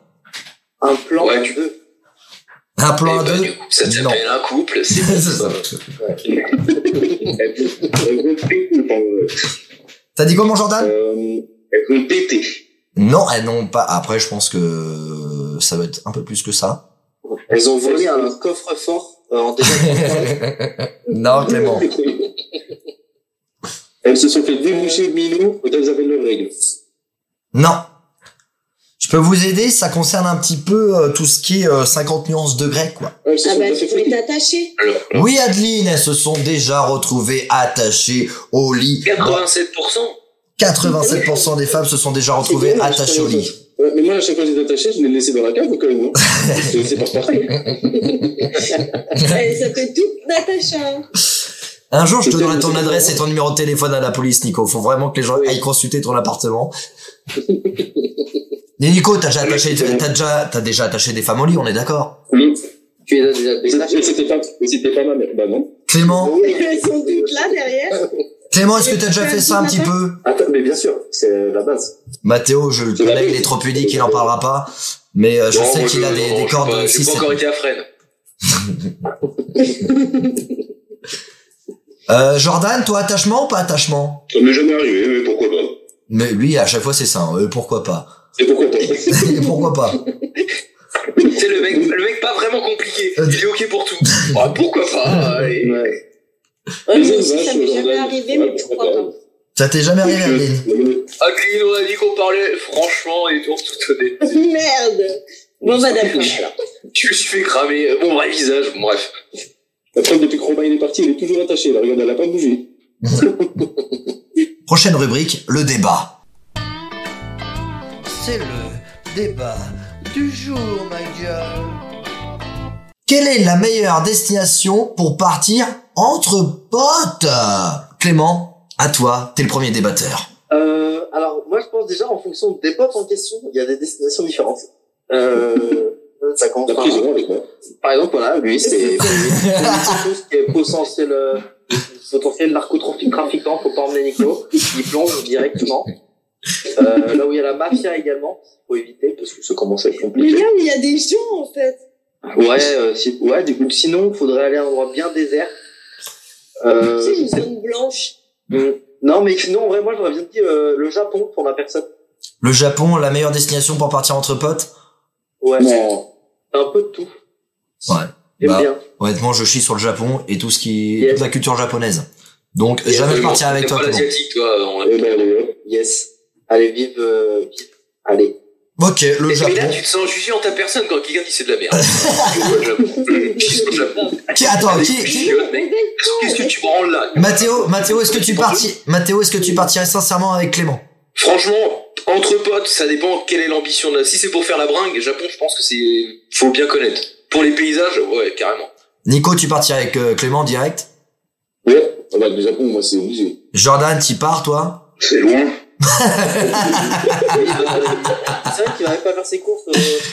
[SPEAKER 7] Un plan
[SPEAKER 6] Ouais,
[SPEAKER 7] à
[SPEAKER 6] tu-
[SPEAKER 7] deux.
[SPEAKER 2] Un plan
[SPEAKER 6] Eh
[SPEAKER 2] à
[SPEAKER 6] ben,
[SPEAKER 2] deux.
[SPEAKER 6] du coup, ça
[SPEAKER 2] Non.
[SPEAKER 6] s'appelle un couple, c'est bon,
[SPEAKER 2] C'est
[SPEAKER 6] ça.
[SPEAKER 2] ça.
[SPEAKER 8] Elles vont péter.
[SPEAKER 2] T'as dit comment, Jordan
[SPEAKER 8] Euh, Elles vont péter.
[SPEAKER 2] Non, elles n'ont pas. Après, je pense que ça va être un peu plus que ça.
[SPEAKER 7] Elles ont volé un coffre-fort euh, en déjà.
[SPEAKER 2] non, Clément.
[SPEAKER 5] Elles se sont fait déboucher le minou quand elles avaient leurs règles.
[SPEAKER 2] Non. Je peux vous aider. Ça concerne un petit peu euh, tout ce qui est euh, 50 nuances de grec, quoi.
[SPEAKER 5] Elles se
[SPEAKER 4] Ah
[SPEAKER 5] sont
[SPEAKER 4] bah,
[SPEAKER 5] pas
[SPEAKER 4] tu
[SPEAKER 5] fait
[SPEAKER 4] voulais
[SPEAKER 5] fouiller.
[SPEAKER 4] t'attacher.
[SPEAKER 2] Oui, Adeline, elles se sont déjà retrouvées attachées au lit.
[SPEAKER 6] 87%.
[SPEAKER 2] 87% des femmes se sont déjà
[SPEAKER 5] C'est
[SPEAKER 2] retrouvées
[SPEAKER 5] bien,
[SPEAKER 2] attachées
[SPEAKER 5] je
[SPEAKER 2] au
[SPEAKER 5] savais
[SPEAKER 2] lit.
[SPEAKER 5] Ouais, mais moi, à chaque fois que je les attachais, je les laissais dans la cave quand même. hein. non C'est c'est pour ça.
[SPEAKER 4] Eh, ça fait hein. tout Natacha.
[SPEAKER 2] Un jour, je te
[SPEAKER 5] C'était-
[SPEAKER 2] donnerai ton
[SPEAKER 5] c'était-
[SPEAKER 2] adresse et ton numéro de téléphone à la police, Nico. Faut vraiment que les gens
[SPEAKER 7] Oui.
[SPEAKER 2] aillent consulter ton appartement. Mais Nico, t'as déjà attaché, t'as déjà, t'as déjà attaché des femmes au lit, on est d'accord.
[SPEAKER 7] tu les as déjà
[SPEAKER 5] Mais
[SPEAKER 7] déclarées.
[SPEAKER 5] c'était pas, mais c'était pas ma mère. Bah non.
[SPEAKER 7] Ah
[SPEAKER 2] Clément,
[SPEAKER 4] Elles sont toutes là derrière.
[SPEAKER 2] Clément, est-ce que t'as déjà fait ça un petit peu
[SPEAKER 7] Attends, mais bien sûr, c'est la base.
[SPEAKER 2] Mathéo, je le
[SPEAKER 5] C'est la
[SPEAKER 2] connais,
[SPEAKER 5] vie.
[SPEAKER 2] il est trop pudique, il en parlera pas. Mais euh, je
[SPEAKER 6] Non,
[SPEAKER 2] sais
[SPEAKER 6] moi,
[SPEAKER 2] qu'il a
[SPEAKER 6] je-
[SPEAKER 2] des,
[SPEAKER 6] non,
[SPEAKER 2] des
[SPEAKER 6] j'ai
[SPEAKER 2] cordes
[SPEAKER 6] pas- J'ai pas
[SPEAKER 2] six-
[SPEAKER 6] encore été à Fred.
[SPEAKER 2] Euh, Jordan, toi, attachement ou pas attachement
[SPEAKER 8] Ça m'est jamais arrivé, mais pourquoi pas
[SPEAKER 2] Mais lui, à chaque fois, c'est ça. hein. Euh, pourquoi pas
[SPEAKER 5] Et pourquoi pas
[SPEAKER 2] Pourquoi pas
[SPEAKER 6] C'est le mec, le mec pas vraiment compliqué.
[SPEAKER 2] Euh,
[SPEAKER 6] Il est ok pour tout. Ah, pourquoi pas euh, et-
[SPEAKER 5] Ouais. Mais
[SPEAKER 4] Ouais, moi aussi,
[SPEAKER 5] vache,
[SPEAKER 4] ça m'est jamais
[SPEAKER 5] Jordan.
[SPEAKER 4] arrivé, mais pourquoi pas.
[SPEAKER 2] Ça t'est jamais arrivé,
[SPEAKER 5] Donc,
[SPEAKER 2] Adeline
[SPEAKER 5] euh,
[SPEAKER 6] Adeline, on a dit qu'on parlait franchement et tout, tout honnête.
[SPEAKER 4] Merde. Bon, bah, d'accord.
[SPEAKER 6] Tu me suis fait cramer. Bon, vrai visage, bon, bref.
[SPEAKER 5] La preuve, depuis que Robin il est parti, elle est toujours attachée. Là, regarde, elle a pas bougé.
[SPEAKER 2] Prochaine rubrique, le débat. C'est le débat du jour, my girl. Quelle est la meilleure destination pour partir entre potes Clément, à toi, t'es le premier débatteur.
[SPEAKER 7] Euh, alors, moi, je pense déjà, en fonction des potes en question, il y a des destinations différentes. Euh, ça commence
[SPEAKER 5] La
[SPEAKER 7] par...
[SPEAKER 5] prison avec moi.
[SPEAKER 7] Par exemple, voilà, lui, c'est c'est tout ce qui est potentiel, euh, potentiel narcotrafiquant, faut pas emmener Nico. Il plonge directement. Euh, là où il y a la mafia également, faut éviter parce que ça commence à être
[SPEAKER 4] Mais
[SPEAKER 7] compliqué.
[SPEAKER 4] là où il y a des gens, en fait.
[SPEAKER 7] Ouais, euh, si- ouais, du coup, sinon, faudrait aller à un endroit bien désert. Euh,
[SPEAKER 4] Tu sais, une zone blanche.
[SPEAKER 7] non, mais sinon, en vrai, moi, j'aurais bien dit euh, le Japon pour ma personne.
[SPEAKER 2] Le Japon, la meilleure destination pour partir entre potes
[SPEAKER 7] Ouais,
[SPEAKER 5] Non.
[SPEAKER 7] un peu de tout.
[SPEAKER 2] Ouais.
[SPEAKER 7] J'aime
[SPEAKER 2] Bah,
[SPEAKER 7] bien.
[SPEAKER 2] Honnêtement, je chie sur le Japon et tout ce qui
[SPEAKER 7] Yes.
[SPEAKER 2] toute la culture japonaise. Donc, jamais
[SPEAKER 6] Euh,
[SPEAKER 2] je partirai avec
[SPEAKER 6] t'es
[SPEAKER 2] toi,
[SPEAKER 6] pas
[SPEAKER 2] Clément.
[SPEAKER 6] l'asiatique, toi. on-
[SPEAKER 5] Eh ben, allez, hop.
[SPEAKER 7] Yes. Allez, vive, euh, vive. Allez.
[SPEAKER 2] Ok, le
[SPEAKER 6] Mais mais là,
[SPEAKER 2] Japon.
[SPEAKER 6] tu te sens jugé en ta personne quand quelqu'un dit c'est de la merde. Je suis au Japon.
[SPEAKER 2] Qui, attends, qui,
[SPEAKER 6] Je
[SPEAKER 2] qui-
[SPEAKER 6] suis au Japon. Qu'est-ce que tu branles là
[SPEAKER 2] Mathéo, Mathéo, est-ce que tu partis, Mathéo, est-ce que tu partirais sincèrement avec Clément
[SPEAKER 6] Franchement, entre potes, ça dépend quelle est l'ambition. de la- Si c'est pour faire la bringue, Japon, je pense que c'est faut bien connaître. Pour les paysages, ouais, carrément.
[SPEAKER 2] Nico, tu partirais avec euh, Clément direct
[SPEAKER 5] Ouais. Ah bah, le Japon, moi, c'est obligé.
[SPEAKER 2] Jordan, t'y pars, toi
[SPEAKER 8] C'est loin.
[SPEAKER 7] C'est vrai qu'il va même pas faire ses courses. euh,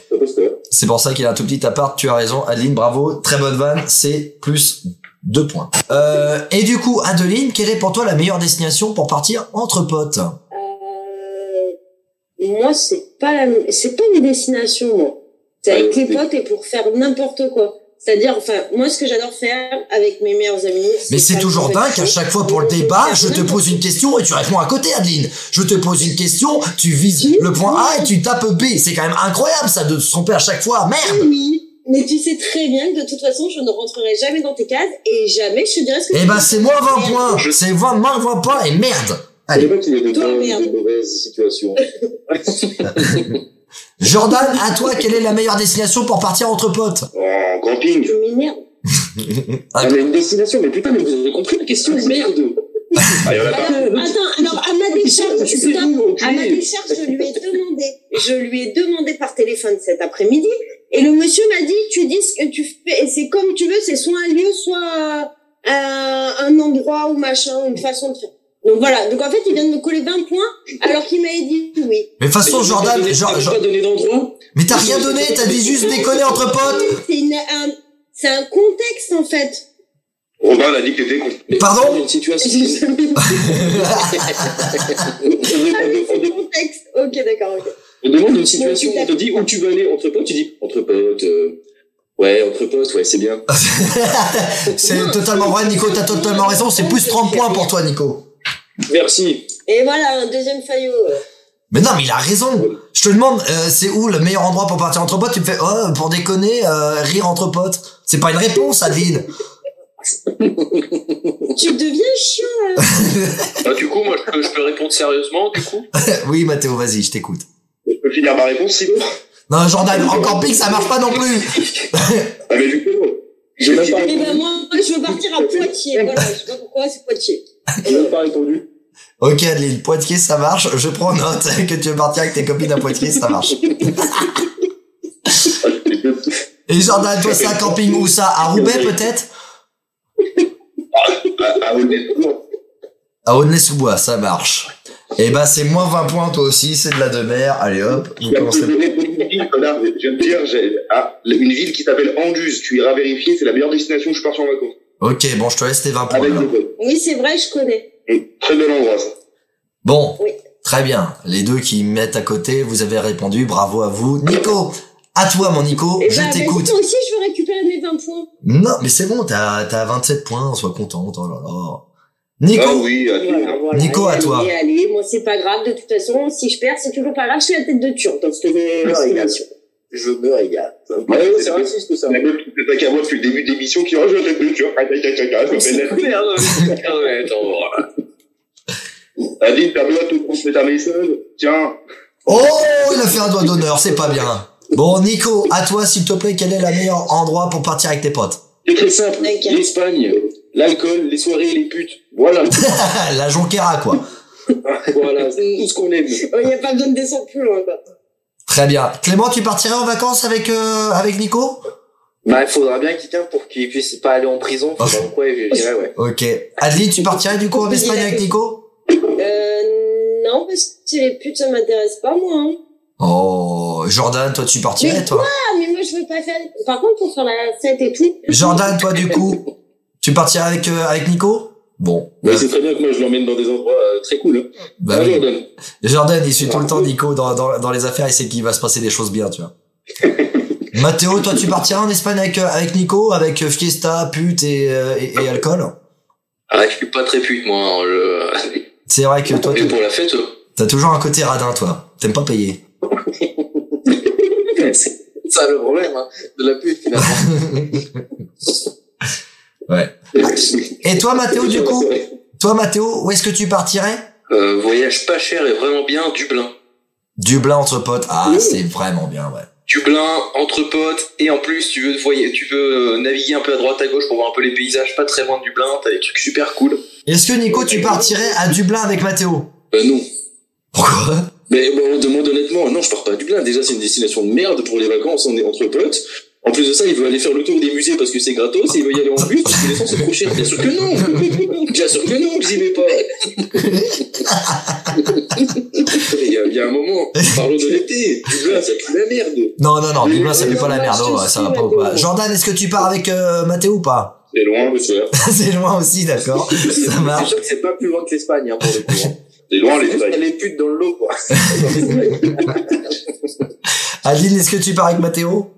[SPEAKER 5] Ça passe pas.
[SPEAKER 2] C'est pour ça qu'il a un tout petit appart, tu as raison. Adeline, bravo, très bonne vanne, c'est plus deux points. Euh, et du coup, Adeline, quelle est pour toi la meilleure destination pour partir entre potes
[SPEAKER 4] Euh, moi, c'est pas la, c'est pas une destination, moi. C'est
[SPEAKER 5] Ouais,
[SPEAKER 4] avec les
[SPEAKER 5] c'est-
[SPEAKER 4] potes et pour faire n'importe quoi. C'est-à-dire, enfin, moi, ce que j'adore faire avec mes meilleurs amis.
[SPEAKER 2] Mais c'est
[SPEAKER 4] faire
[SPEAKER 2] toujours
[SPEAKER 4] des
[SPEAKER 2] dingue,
[SPEAKER 4] actions.
[SPEAKER 2] à chaque fois pour le débat, je te pose une question et tu réponds à côté, Adeline. Je te pose une question, tu vises le point A et tu tapes B. C'est quand même incroyable, ça, de se tromper à chaque fois. Merde
[SPEAKER 4] Ah Oui. Mais tu sais très bien que de toute façon, je ne rentrerai jamais dans tes cases et jamais je te dirai ce que
[SPEAKER 2] Eh
[SPEAKER 4] tu
[SPEAKER 2] ben,
[SPEAKER 4] veux.
[SPEAKER 2] c'est moins 20 points C'est moins moins 20 points et merde
[SPEAKER 5] Je sais pas qu'il est de
[SPEAKER 4] Toi, merde.
[SPEAKER 5] bonnes ou de mauvaises situations.
[SPEAKER 2] Jordan, à toi, quelle est la meilleure destination pour partir entre potes
[SPEAKER 8] En camping.
[SPEAKER 4] Tu m'énerves.
[SPEAKER 5] Ah, mais une destination, mais putain, mais vous avez compris la question, merde.
[SPEAKER 8] Ah, y en a pas.
[SPEAKER 4] Alors, attends, alors, à ma décharge,
[SPEAKER 5] Tu fais
[SPEAKER 4] stop.
[SPEAKER 5] nous, ok.
[SPEAKER 4] À ma décharge, je lui ai demandé, je lui ai demandé par téléphone cet après-midi, et le monsieur m'a dit, tu dis ce que tu fais, et c'est comme tu veux, c'est soit un lieu, soit euh, un endroit ou machin, une façon de faire. Donc voilà, donc en fait, il vient de me coller 20 points, alors qu'il m'avait dit oui.
[SPEAKER 2] Mais de toute façon, Jordan,
[SPEAKER 5] T'as
[SPEAKER 2] Jor- Jor-
[SPEAKER 5] pas donné d'endroit
[SPEAKER 2] mais t'as rien donné, Eh, t'as dit juste déconner entre potes.
[SPEAKER 4] C'est une- un, c'est un contexte, en fait.
[SPEAKER 8] Robin a dit que t'étais con.
[SPEAKER 2] Pardon
[SPEAKER 5] Une situation.
[SPEAKER 4] J'ai jamais dit
[SPEAKER 5] On
[SPEAKER 4] c'est contexte. Ok, d'accord, ok.
[SPEAKER 5] te demande une situation, on te dit où tu veux aller entre potes, tu dis entre potes, euh, ouais, entre potes, ouais, c'est bien.
[SPEAKER 2] C'est totalement vrai, Nico, t'as totalement raison. C'est plus 30 points pour toi, Nico.
[SPEAKER 5] Merci.
[SPEAKER 4] Et voilà, un deuxième faillot. euh.
[SPEAKER 2] Mais non, mais il a raison. Je te demande, euh, c'est où le meilleur endroit pour partir entre potes Tu me fais, oh, pour déconner, euh, rire entre potes. C'est pas une réponse, Adeline.
[SPEAKER 4] Tu deviens chiant.
[SPEAKER 6] Bah, du coup, moi, je peux, je peux répondre sérieusement, du coup.
[SPEAKER 2] oui, Mathéo, vas-y, je t'écoute.
[SPEAKER 8] Je peux finir ma réponse sinon
[SPEAKER 2] Non, Jordan, en camping, ça marche pas non plus.
[SPEAKER 8] Ah mais du coup, j'ai
[SPEAKER 5] même pas-
[SPEAKER 4] Eh ben moi, je veux partir à Poitiers. Voilà, je sais pas pourquoi, c'est Poitiers.
[SPEAKER 5] Il n'a pas répondu.
[SPEAKER 2] Ok, Adeline, Poitiers, ça marche. Je prends note que tu veux partir avec tes copines à Poitiers, ça marche. Et Jordan, toi, c'est un camping où ça À Roubaix, peut-être
[SPEAKER 8] Ah honnêtement,
[SPEAKER 2] À Aulnay-sous-Bois, ça marche. Et bah, c'est moins 20 points, toi aussi, c'est de la demeure. Allez hop, on
[SPEAKER 8] il y a
[SPEAKER 2] commence.
[SPEAKER 8] plus de réponse d'une ville, connard. je viens de dire, j'ai ah, une ville qui s'appelle Anduze, tu iras vérifier, c'est la meilleure destination où je pars en vacances.
[SPEAKER 2] Ok, bon, je te laisse tes 20 points.
[SPEAKER 8] Avec
[SPEAKER 2] là.
[SPEAKER 8] des potes.
[SPEAKER 4] Oui, c'est vrai, je connais.
[SPEAKER 8] Et Très bel endroit ça.
[SPEAKER 2] Bon,
[SPEAKER 4] Oui.
[SPEAKER 2] très bien. Les deux qui mettent à côté, vous avez répondu. Bravo à vous. Nico, à toi, mon Nico,
[SPEAKER 4] Et
[SPEAKER 2] je
[SPEAKER 4] ben, vas-y,
[SPEAKER 2] t'écoute.
[SPEAKER 4] toi aussi, je veux récupérer mes 20 points.
[SPEAKER 2] Non, mais c'est bon, t'as t'as 27 points, sois contente. Oh là là. Nico,
[SPEAKER 8] Ah oui, à
[SPEAKER 4] Voilà, voilà.
[SPEAKER 2] Nico, à
[SPEAKER 4] allez,
[SPEAKER 2] toi.
[SPEAKER 4] Allez, allez, moi, c'est pas grave. De toute façon, si je perds, c'est toujours pas grave. Je suis la tête de turc dans cette destination.
[SPEAKER 7] Je me régale.
[SPEAKER 8] Ouais,
[SPEAKER 5] C'est raciste, tout ça.
[SPEAKER 8] La meuf qui s'attaque à moi depuis le début de l'émission qui range la tête de turc. Aïe, aïe, aïe, aïe, aïe, je m'appelle
[SPEAKER 5] Ah,
[SPEAKER 6] Merde, putain, mais attends, voilà.
[SPEAKER 8] la- Adeline, permets-moi de te transmettre un message. Tiens,
[SPEAKER 2] Oh, il a fait un doigt d'honneur, c'est pas bien. Bon, Nico, à toi, s'il te plaît, quel est le meilleur endroit pour partir avec tes potes
[SPEAKER 5] C'est très simple.
[SPEAKER 4] Ok.
[SPEAKER 5] L'Espagne, l'alcool, les soirées, les putes. Voilà,
[SPEAKER 2] La Jonquera, quoi.
[SPEAKER 5] voilà, c'est tout ce qu'on aime.
[SPEAKER 4] Il n'y a pas besoin de descendre plus loin, quoi.
[SPEAKER 2] Très bien. Clément, tu partirais en vacances avec, euh, avec Nico
[SPEAKER 7] Bah, il faudra bien quelqu'un pour qu'il puisse pas aller en prison. Faut
[SPEAKER 2] Oh.
[SPEAKER 7] voir quoi, je dirais, ouais.
[SPEAKER 2] Ok. Adeline, tu partirais du coup en Espagne avec Nico
[SPEAKER 4] Euh, non, parce que les putes, ça m'intéresse pas, moi. hein.
[SPEAKER 2] Oh, Jordan, toi, tu partirais, toi
[SPEAKER 4] Ah, mais moi, je veux pas faire... Par contre, pour faire la 7 et tout...
[SPEAKER 2] Jordan, toi, du coup, tu partirais avec, euh, avec Nico Bon.
[SPEAKER 5] Mais c'est très bien que moi je l'emmène dans des endroits euh, très cool. hein.
[SPEAKER 2] Bah
[SPEAKER 5] Ah,
[SPEAKER 2] oui.
[SPEAKER 5] Jordan.
[SPEAKER 2] Jordan, il suit tout le temps Nico dans, dans, dans les affaires, il sait qu'il va se passer des choses bien, tu vois. Mathéo, toi, tu partiras en Espagne avec, euh, avec Nico, avec euh, fiesta, pute et, euh, et, et alcool
[SPEAKER 6] Ah, je suis pas très pute, moi. hein, je-
[SPEAKER 2] C'est vrai que toi,
[SPEAKER 6] Mais
[SPEAKER 2] tu-
[SPEAKER 6] pour la fête, euh.
[SPEAKER 2] t'as toujours un côté radin, toi. T'aimes pas payer.
[SPEAKER 7] C'est ça le problème, hein, de la pute,
[SPEAKER 6] Ah
[SPEAKER 7] finalement.
[SPEAKER 2] Et toi, Mathéo, du coup Toi, Mathéo, où est-ce que tu partirais
[SPEAKER 6] euh, voyage pas cher et vraiment bien, Dublin.
[SPEAKER 2] Dublin entre potes. Ah, c'est vraiment bien, ouais.
[SPEAKER 6] Dublin, entre potes, et en plus, tu veux, voy- tu veux euh, naviguer un peu à droite à gauche pour voir un peu les paysages pas très loin de Dublin, t'as des trucs super cool.
[SPEAKER 2] Est-ce que, Nico, tu partirais à Dublin avec Mathéo
[SPEAKER 5] Bah
[SPEAKER 8] Ben,
[SPEAKER 5] non.
[SPEAKER 2] Pourquoi
[SPEAKER 5] Mais bon, on demande honnêtement, non, je pars pas à Dublin. Déjà, c'est une destination de merde pour les vacances, on est entre potes. En plus de ça, il veut aller faire le tour des musées parce que c'est gratos, et il veut y aller en bus parce que l'essence est trop chère. Bien sûr que non Bien sûr que non, que j'y vais pas Il y, a- il y a un moment, parlons de l'été. Dublin, ça pue la merde.
[SPEAKER 2] Non, non, non, Dublin, ça
[SPEAKER 4] Oui,
[SPEAKER 2] pue pas
[SPEAKER 4] non,
[SPEAKER 2] la
[SPEAKER 4] moi,
[SPEAKER 2] merde.
[SPEAKER 4] je
[SPEAKER 2] oh,
[SPEAKER 4] suis
[SPEAKER 2] ça va pas ou quoi.
[SPEAKER 4] Mathéo.
[SPEAKER 2] Jordan, est-ce que tu pars avec euh, Mathéo ou pas
[SPEAKER 8] c'est loin, monsieur.
[SPEAKER 2] C'est loin aussi, d'accord. Ça marche.
[SPEAKER 7] Déjà que c'est pas plus loin que l'Espagne, hein, pour le coup. hein.
[SPEAKER 8] C'est
[SPEAKER 5] Oh,
[SPEAKER 8] loin, les
[SPEAKER 7] Juste,
[SPEAKER 8] failles.
[SPEAKER 7] il y a les putes dans l'eau, quoi.
[SPEAKER 2] Adeline, est-ce que tu pars avec Mathéo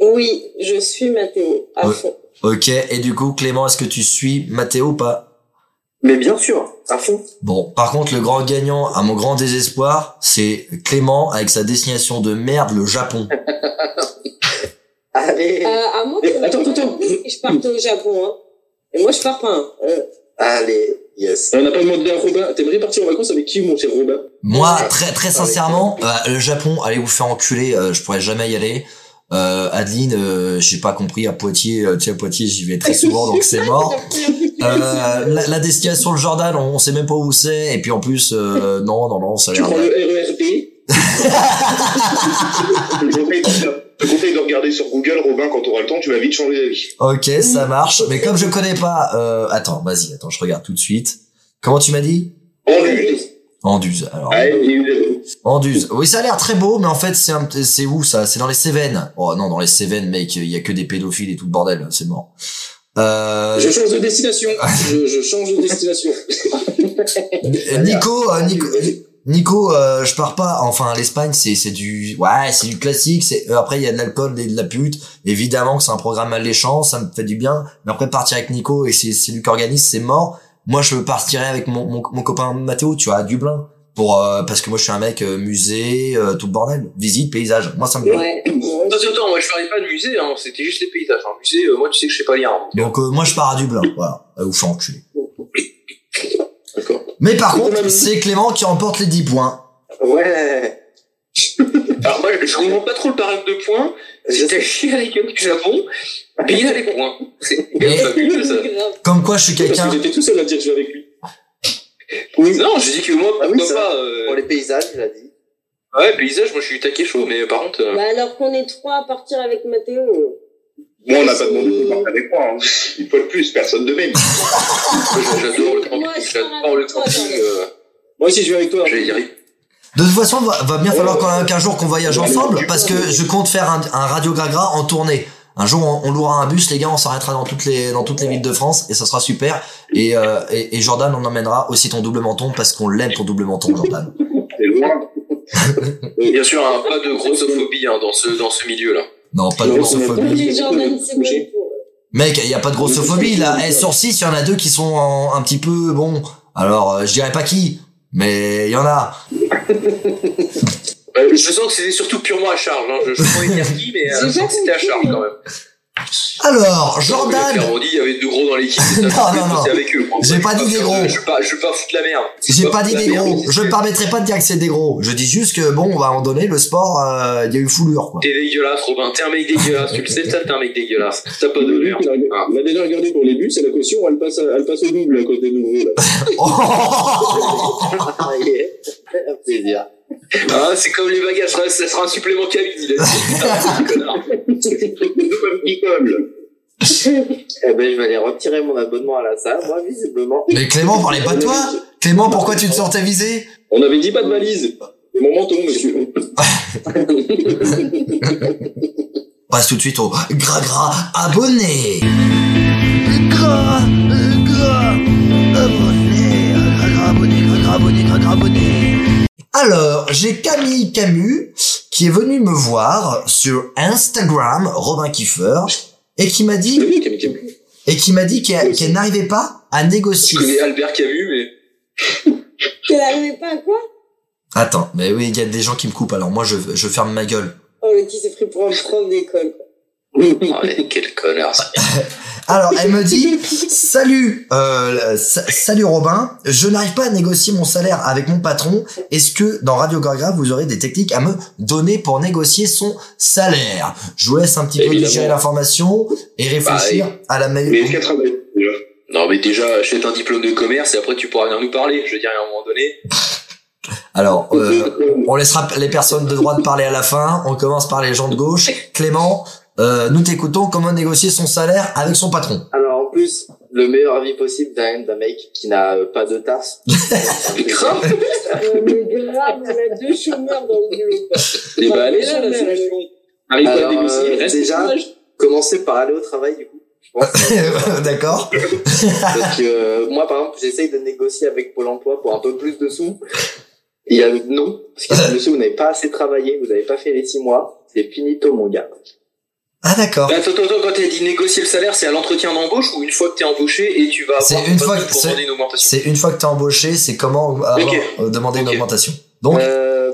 [SPEAKER 4] Oui, je suis Mathéo, à
[SPEAKER 2] Ouais.
[SPEAKER 4] fond.
[SPEAKER 2] Ok, et du coup, Clément, est-ce que tu suis Mathéo ou pas
[SPEAKER 7] Mais bien sûr, à fond.
[SPEAKER 2] Bon, par contre, le grand gagnant, à mon grand désespoir, c'est Clément avec sa destination de merde, le Japon.
[SPEAKER 7] Allez,
[SPEAKER 4] Euh, à moi,
[SPEAKER 5] Mais Eh, attends, attends, attends.
[SPEAKER 4] je parte au Japon, hein. Et moi, je pars pas, hein. Euh,
[SPEAKER 7] allez, yes.
[SPEAKER 5] Euh, On n'a pas demandé à Robin, t'aimerais partir en vacances avec qui, mon cher Robin
[SPEAKER 2] Moi, très très sincèrement, euh, le Japon, allez vous faire enculer, euh, je pourrais jamais y aller. Euh, Adeline, euh, j'ai pas compris, à Poitiers, euh, tiens, Poitiers, j'y vais très souvent, donc c'est mort. Euh, la, la destination le Jordan, on, on sait même pas où c'est, et puis en plus, euh, non, non, non, ça a
[SPEAKER 5] Tu
[SPEAKER 2] l'air...
[SPEAKER 5] prends le E RERB
[SPEAKER 8] Je te conseille de- je te conseille de regarder sur Google, Robin, quand t'auras le temps, tu vas vite changer d'avis.
[SPEAKER 2] Ok, ça marche, mais comme je connais pas... Euh, attends, vas-y, attends, je regarde tout de suite. Comment tu m'as dit
[SPEAKER 5] Oh,
[SPEAKER 8] Anduze.
[SPEAKER 2] Anduze, alors.
[SPEAKER 8] Ouais, il y a eu des-
[SPEAKER 2] Anduze. Oui, ça a l'air très beau, mais en fait, c'est un p- c'est où ça C'est dans les Cévennes. Oh non, dans les Cévennes, mec, il y a que des pédophiles et tout le bordel, c'est mort. Euh,
[SPEAKER 5] Je change de destination. Je, je change de destination.
[SPEAKER 2] Euh, Nico, euh, Nico, Nico, euh, je pars pas. Enfin, l'Espagne, c'est c'est du, ouais, c'est du classique. C'est euh, après il y a de l'alcool et de la pute. Évidemment que c'est un programme alléchant, ça me fait du bien. Mais après partir avec Nico et c'est c'est lui qui organise, c'est mort. Moi, je partirais avec mon, mon, mon copain Mathéo, tu vois, à Dublin. pour euh, parce que moi je suis un mec euh, musée euh, tout le bordel visite paysage moi ça me plaît
[SPEAKER 4] Ouais.
[SPEAKER 6] Attends, attends, moi je parlais pas de musée, hein, c'était juste les paysages. Un musée, euh, moi tu sais que je sais pas lire. hein.
[SPEAKER 2] donc euh, moi je pars à Dublin voilà Euh, ou je suis enculé
[SPEAKER 5] D'accord.
[SPEAKER 2] mais par contre c'est Clément qui remporte les 10 points
[SPEAKER 7] Ouais.
[SPEAKER 6] Alors moi je comprends pas trop le parallèle de points. C'était chier à la gueule du Japon, payer les points. C'est
[SPEAKER 2] Ah, Mais-
[SPEAKER 6] fabuleux ça.
[SPEAKER 4] Grave.
[SPEAKER 2] comme quoi je suis
[SPEAKER 5] Parce
[SPEAKER 2] quelqu'un
[SPEAKER 5] que j'étais tout seul à dire je vais avec lui.
[SPEAKER 6] Non, je dis que moi,
[SPEAKER 7] Ah oui,
[SPEAKER 6] pourquoi
[SPEAKER 7] ça.
[SPEAKER 6] pas. euh,
[SPEAKER 7] Pour les paysages, il a dit.
[SPEAKER 6] Ouais, paysage, moi je suis taquet chaud, mais par contre. euh,
[SPEAKER 4] Bah, alors qu'on est trois à partir avec Mathéo.
[SPEAKER 8] Moi, on n'a pas demandé de partir avec moi. hein. Une fois de plus, personne de même.
[SPEAKER 6] Moi, J'adore le
[SPEAKER 4] Moi,
[SPEAKER 6] camping,
[SPEAKER 4] je
[SPEAKER 6] j'adore
[SPEAKER 4] parle
[SPEAKER 6] le
[SPEAKER 4] avec toi,
[SPEAKER 6] camping.
[SPEAKER 4] Jean-Luc.
[SPEAKER 6] euh,
[SPEAKER 5] Moi aussi, je vais avec toi.
[SPEAKER 6] J'allais dire,
[SPEAKER 2] de toute façon va, va bien falloir quand même qu'un jour qu'on voyage ensemble parce que je compte faire un, un radio gragra en tournée un jour on, on louera un bus les gars on s'arrêtera dans toutes les dans toutes les villes de France et ça sera super et euh, et, et Jordan on emmènera aussi ton double menton parce qu'on l'aime ton double menton Jordan
[SPEAKER 8] C'est loin.
[SPEAKER 6] bien sûr, hein, pas de grossophobie hein, dans ce dans ce milieu là.
[SPEAKER 2] non pas de
[SPEAKER 6] euh,
[SPEAKER 2] grossophobie
[SPEAKER 4] Les Jordan, c'est bon pour eux.
[SPEAKER 2] Mec, il y a pas de grossophobie là. Eh, sur 6, il y en a deux qui sont en- un petit peu bon. Alors, euh, je dirais pas qui, mais il y en a.
[SPEAKER 6] Euh, je sens que c'était surtout purement à charge. Hein. Je, je pourrais dire qui, mais euh, je sens que c'était à charge quand même. Ah,
[SPEAKER 2] Alors,
[SPEAKER 6] Comme le
[SPEAKER 2] Jordan,
[SPEAKER 6] frère Roddy, il y avait deux gros dans l'équipe.
[SPEAKER 2] Non,
[SPEAKER 6] et ça, je voulais
[SPEAKER 2] non,
[SPEAKER 6] bosser
[SPEAKER 2] non.
[SPEAKER 6] avec eux. moi.
[SPEAKER 2] J'ai pas dit des gros.
[SPEAKER 6] euh, Je vais pas, je vais pas foutre la merde. C'est
[SPEAKER 2] j'ai pas dit
[SPEAKER 6] foutre
[SPEAKER 2] des
[SPEAKER 6] la merde,
[SPEAKER 2] gros.
[SPEAKER 6] mais c'est
[SPEAKER 2] Je me
[SPEAKER 6] sûr.
[SPEAKER 2] permettrai pas de dire que c'est des gros. Je dis juste que bon, on va en donner le sport. euh, Il y a eu foulure quoi.
[SPEAKER 6] T'es dégueulasse, Robin. T'es un mec dégueulasse. tu le sais, ça, t'es un mec dégueulasse. T'as pas
[SPEAKER 5] Lui,
[SPEAKER 6] d'honneur.
[SPEAKER 5] il a-
[SPEAKER 8] Ah.
[SPEAKER 5] On a déjà regardé pour les bus et la caution, elle passe, à- elle passe au double à cause des nouveaux. Là.
[SPEAKER 7] Ah, il est. Un plaisir.
[SPEAKER 6] Ah, c'est comme les bagages, ça, ça sera un supplément cabine. Il a dit. Putain, c'est un connard.
[SPEAKER 7] Eh ben, je vais aller retirer mon abonnement à la salle, moi, visiblement.
[SPEAKER 2] mais Clément, parlait pas de toi. Clément, pourquoi tu te sortais visé
[SPEAKER 5] On avait dit pas de valise. Et mon menton, monsieur.
[SPEAKER 2] Passe tout de suite au gras gras abonné.
[SPEAKER 1] Gras, gras, abonné, gras, gras, abonné, gras, gras, abonné, gras, gras, abonné.
[SPEAKER 2] Alors, j'ai Camille Camus qui est venue me voir sur Instagram, Robin Kiffer, et qui m'a dit
[SPEAKER 5] T'as vu, Camille Camus
[SPEAKER 2] et qui m'a dit qu'elle qu'elle n'arrivait pas à
[SPEAKER 6] Je
[SPEAKER 2] négocier.
[SPEAKER 6] connais Albert Camus, mais.
[SPEAKER 4] Qu'elle arrivait pas à quoi
[SPEAKER 2] Attends, mais oui, il y a des gens qui me coupent, alors moi je, je ferme ma gueule.
[SPEAKER 4] Oh, le petit s'est pris pour un prof d'école. quoi.
[SPEAKER 6] Ah, mais quel connard, ça.
[SPEAKER 2] Alors, elle me dit, salut, euh, sa- salut Robin, je n'arrive pas à négocier mon salaire avec mon patron. Est-ce que dans Radio Gaga, vous aurez des techniques à me donner pour négocier son salaire Je vous laisse un petit peu
[SPEAKER 6] Évidemment.
[SPEAKER 2] digérer l'information et réfléchir à la
[SPEAKER 8] Mais
[SPEAKER 2] meilleure...
[SPEAKER 8] est-ce qu'elle travaille déjà
[SPEAKER 6] Non, mais déjà, achète un diplôme de commerce et après tu pourras venir nous parler. Je veux dire, à un moment donné.
[SPEAKER 2] Alors, euh, on laissera les personnes de droite parler à la fin, on commence par les gens de gauche. Clément, euh, nous t'écoutons comment négocier son salaire avec son patron.
[SPEAKER 7] Alors, en plus, le meilleur avis possible d'un d'un mec qui n'a euh, pas de taf.
[SPEAKER 6] Grave.
[SPEAKER 4] Oh, mais grave, on a deux chômeurs dans le boulot. quoi.
[SPEAKER 6] Et bah, allez,
[SPEAKER 4] Deux
[SPEAKER 6] là,
[SPEAKER 4] chômeurs.
[SPEAKER 6] arrive pas à
[SPEAKER 7] Alors,
[SPEAKER 6] négocier.
[SPEAKER 7] euh,
[SPEAKER 6] Reste
[SPEAKER 7] déjà, commencez par aller au travail, du coup. Je pense.
[SPEAKER 2] D'accord.
[SPEAKER 7] Parce que euh, moi, par exemple, j'essaye de négocier avec Pôle emploi pour un peu plus de sous. Il y a non, parce que monsieur, vous n'avez pas assez travaillé, vous n'avez pas fait les six mois, c'est finito, mon gars.
[SPEAKER 2] Ah d'accord.
[SPEAKER 6] Bah, attends, attends, attends, quand t'as dit négocier le salaire, c'est à l'entretien d'embauche ou une fois que t'es embauché et tu vas
[SPEAKER 2] C'est
[SPEAKER 6] avoir
[SPEAKER 2] une
[SPEAKER 6] ton
[SPEAKER 2] fois
[SPEAKER 6] patron
[SPEAKER 2] que-
[SPEAKER 6] pour
[SPEAKER 2] c'est-
[SPEAKER 6] demander une augmentation
[SPEAKER 2] C'est une fois que t'es embauché, c'est comment avoir-
[SPEAKER 6] Ok.
[SPEAKER 2] euh, demander une
[SPEAKER 6] Ok.
[SPEAKER 2] augmentation. Donc,
[SPEAKER 7] Euh,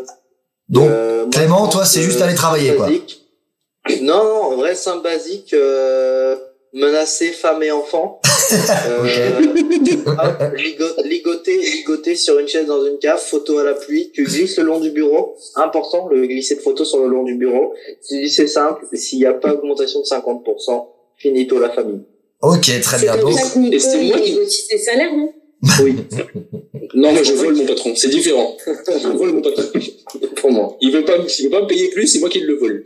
[SPEAKER 2] donc
[SPEAKER 7] euh, moi,
[SPEAKER 2] Clément,
[SPEAKER 7] je pense
[SPEAKER 2] toi, c'est
[SPEAKER 7] que
[SPEAKER 2] juste aller travailler, quoi.
[SPEAKER 7] basique. Non, non, en vrai, c'est un basique euh, menacer femmes et enfants. euh, hop, ligo- ligoter, ligoter sur une chaise dans une cave, photo à la pluie, tu glisses le long du bureau. Important, le glisser de photo sur le long du bureau. Tu dis c'est simple, s'il n'y a pas augmentation de 50%, finito la famille.
[SPEAKER 2] ok, très
[SPEAKER 4] C'est
[SPEAKER 2] bien.
[SPEAKER 4] comme
[SPEAKER 2] Donc,
[SPEAKER 4] ça qu'on
[SPEAKER 5] Et c'est moi
[SPEAKER 4] peut
[SPEAKER 5] qui-
[SPEAKER 4] négocier ses salaires, non
[SPEAKER 5] Non, moi, je vole mon patron. C'est différent. Je vole euh, mon patron.
[SPEAKER 7] Pour moi.
[SPEAKER 5] Il veut pas, me- il veut pas me payer plus, c'est moi qui le vole.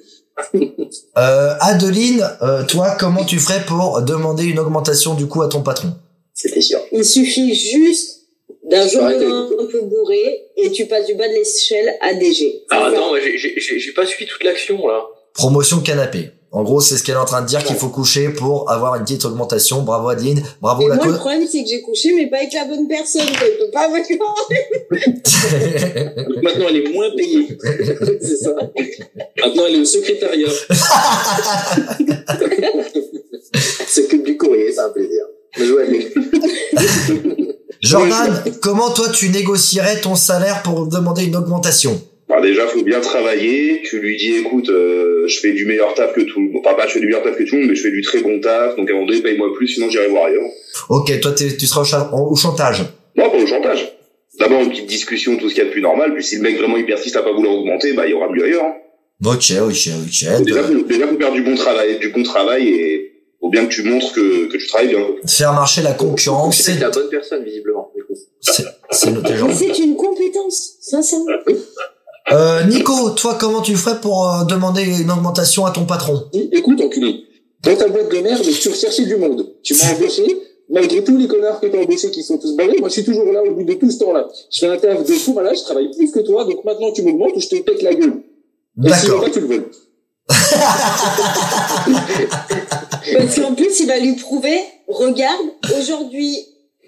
[SPEAKER 2] euh, Adeline, euh, toi, comment tu ferais pour demander une augmentation du coup à ton patron
[SPEAKER 7] C'était sûr.
[SPEAKER 4] Il suffit juste d'un jour
[SPEAKER 5] Arrêtez.
[SPEAKER 4] un peu bourré et tu passes du bas de l'échelle à DG.
[SPEAKER 6] Ah, attends, moi, j'ai- j'ai j'ai- j'ai pas suivi toute l'action, là.
[SPEAKER 2] Promotion canapé. En gros, c'est ce qu'elle est en train de dire qu'il faut coucher pour avoir une petite augmentation. Bravo Adeline, bravo
[SPEAKER 4] Et
[SPEAKER 2] la
[SPEAKER 4] moi, le
[SPEAKER 2] cause.
[SPEAKER 4] problème, c'est que j'ai couché, mais pas avec la bonne personne. quoi. Il peut pas avoir
[SPEAKER 5] Donc, maintenant, elle est moins payée.
[SPEAKER 7] c'est ça.
[SPEAKER 5] Maintenant, elle est au secrétariat.
[SPEAKER 7] S'occupe du courrier, c'est un plaisir. Jouer avec.
[SPEAKER 2] Je Jordan, comment toi tu négocierais ton salaire pour demander une augmentation
[SPEAKER 8] Bah déjà, faut bien travailler. Tu lui dis, écoute, euh, je fais du meilleur taf que tout le monde. Enfin, pas je fais du meilleur taf que tout le monde, mais je fais du très bon taf. Donc, à un moment donné, paye-moi plus, sinon j'irai voir ailleurs.
[SPEAKER 2] Ok, toi t'es- tu seras au, cha- en- au chantage.
[SPEAKER 8] Non, pas au chantage. D'abord, une petite discussion, tout ce qu'il y a de plus normal. Puis, si le mec vraiment il persiste à pas vouloir augmenter, bah, il y aura mieux ailleurs. hein.
[SPEAKER 2] Ok, ok, ok.
[SPEAKER 8] Faut Déjà, faut, déjà, faut faire du bon travail, du bon travail et faut bien que tu montres que, que tu travailles bien. quoi.
[SPEAKER 2] Faire marcher la concurrence,
[SPEAKER 7] C'est
[SPEAKER 2] c'est
[SPEAKER 7] la bonne personne, visiblement. du coup.
[SPEAKER 2] c'est- c'est noté
[SPEAKER 4] Mais
[SPEAKER 2] Jordan.
[SPEAKER 4] c'est une compétence, sincèrement.
[SPEAKER 2] Euh, Nico, toi comment tu ferais pour euh, demander une augmentation à ton patron
[SPEAKER 5] Dis, écoute, enculé, dans ta boîte de merde, tu recherchais du monde. Tu m'as embauché, malgré tous les connards que t'as embauchés qui sont tous barrés, moi je suis toujours là au bout de tout ce temps-là. Je fais un taf de fou malade, je travaille plus que toi, donc maintenant tu m'augmentes ou je te pète la gueule. Et si
[SPEAKER 2] D'accord.
[SPEAKER 5] pas, tu le voles.
[SPEAKER 4] Parce qu'en plus, il va lui prouver, regarde, aujourd'hui,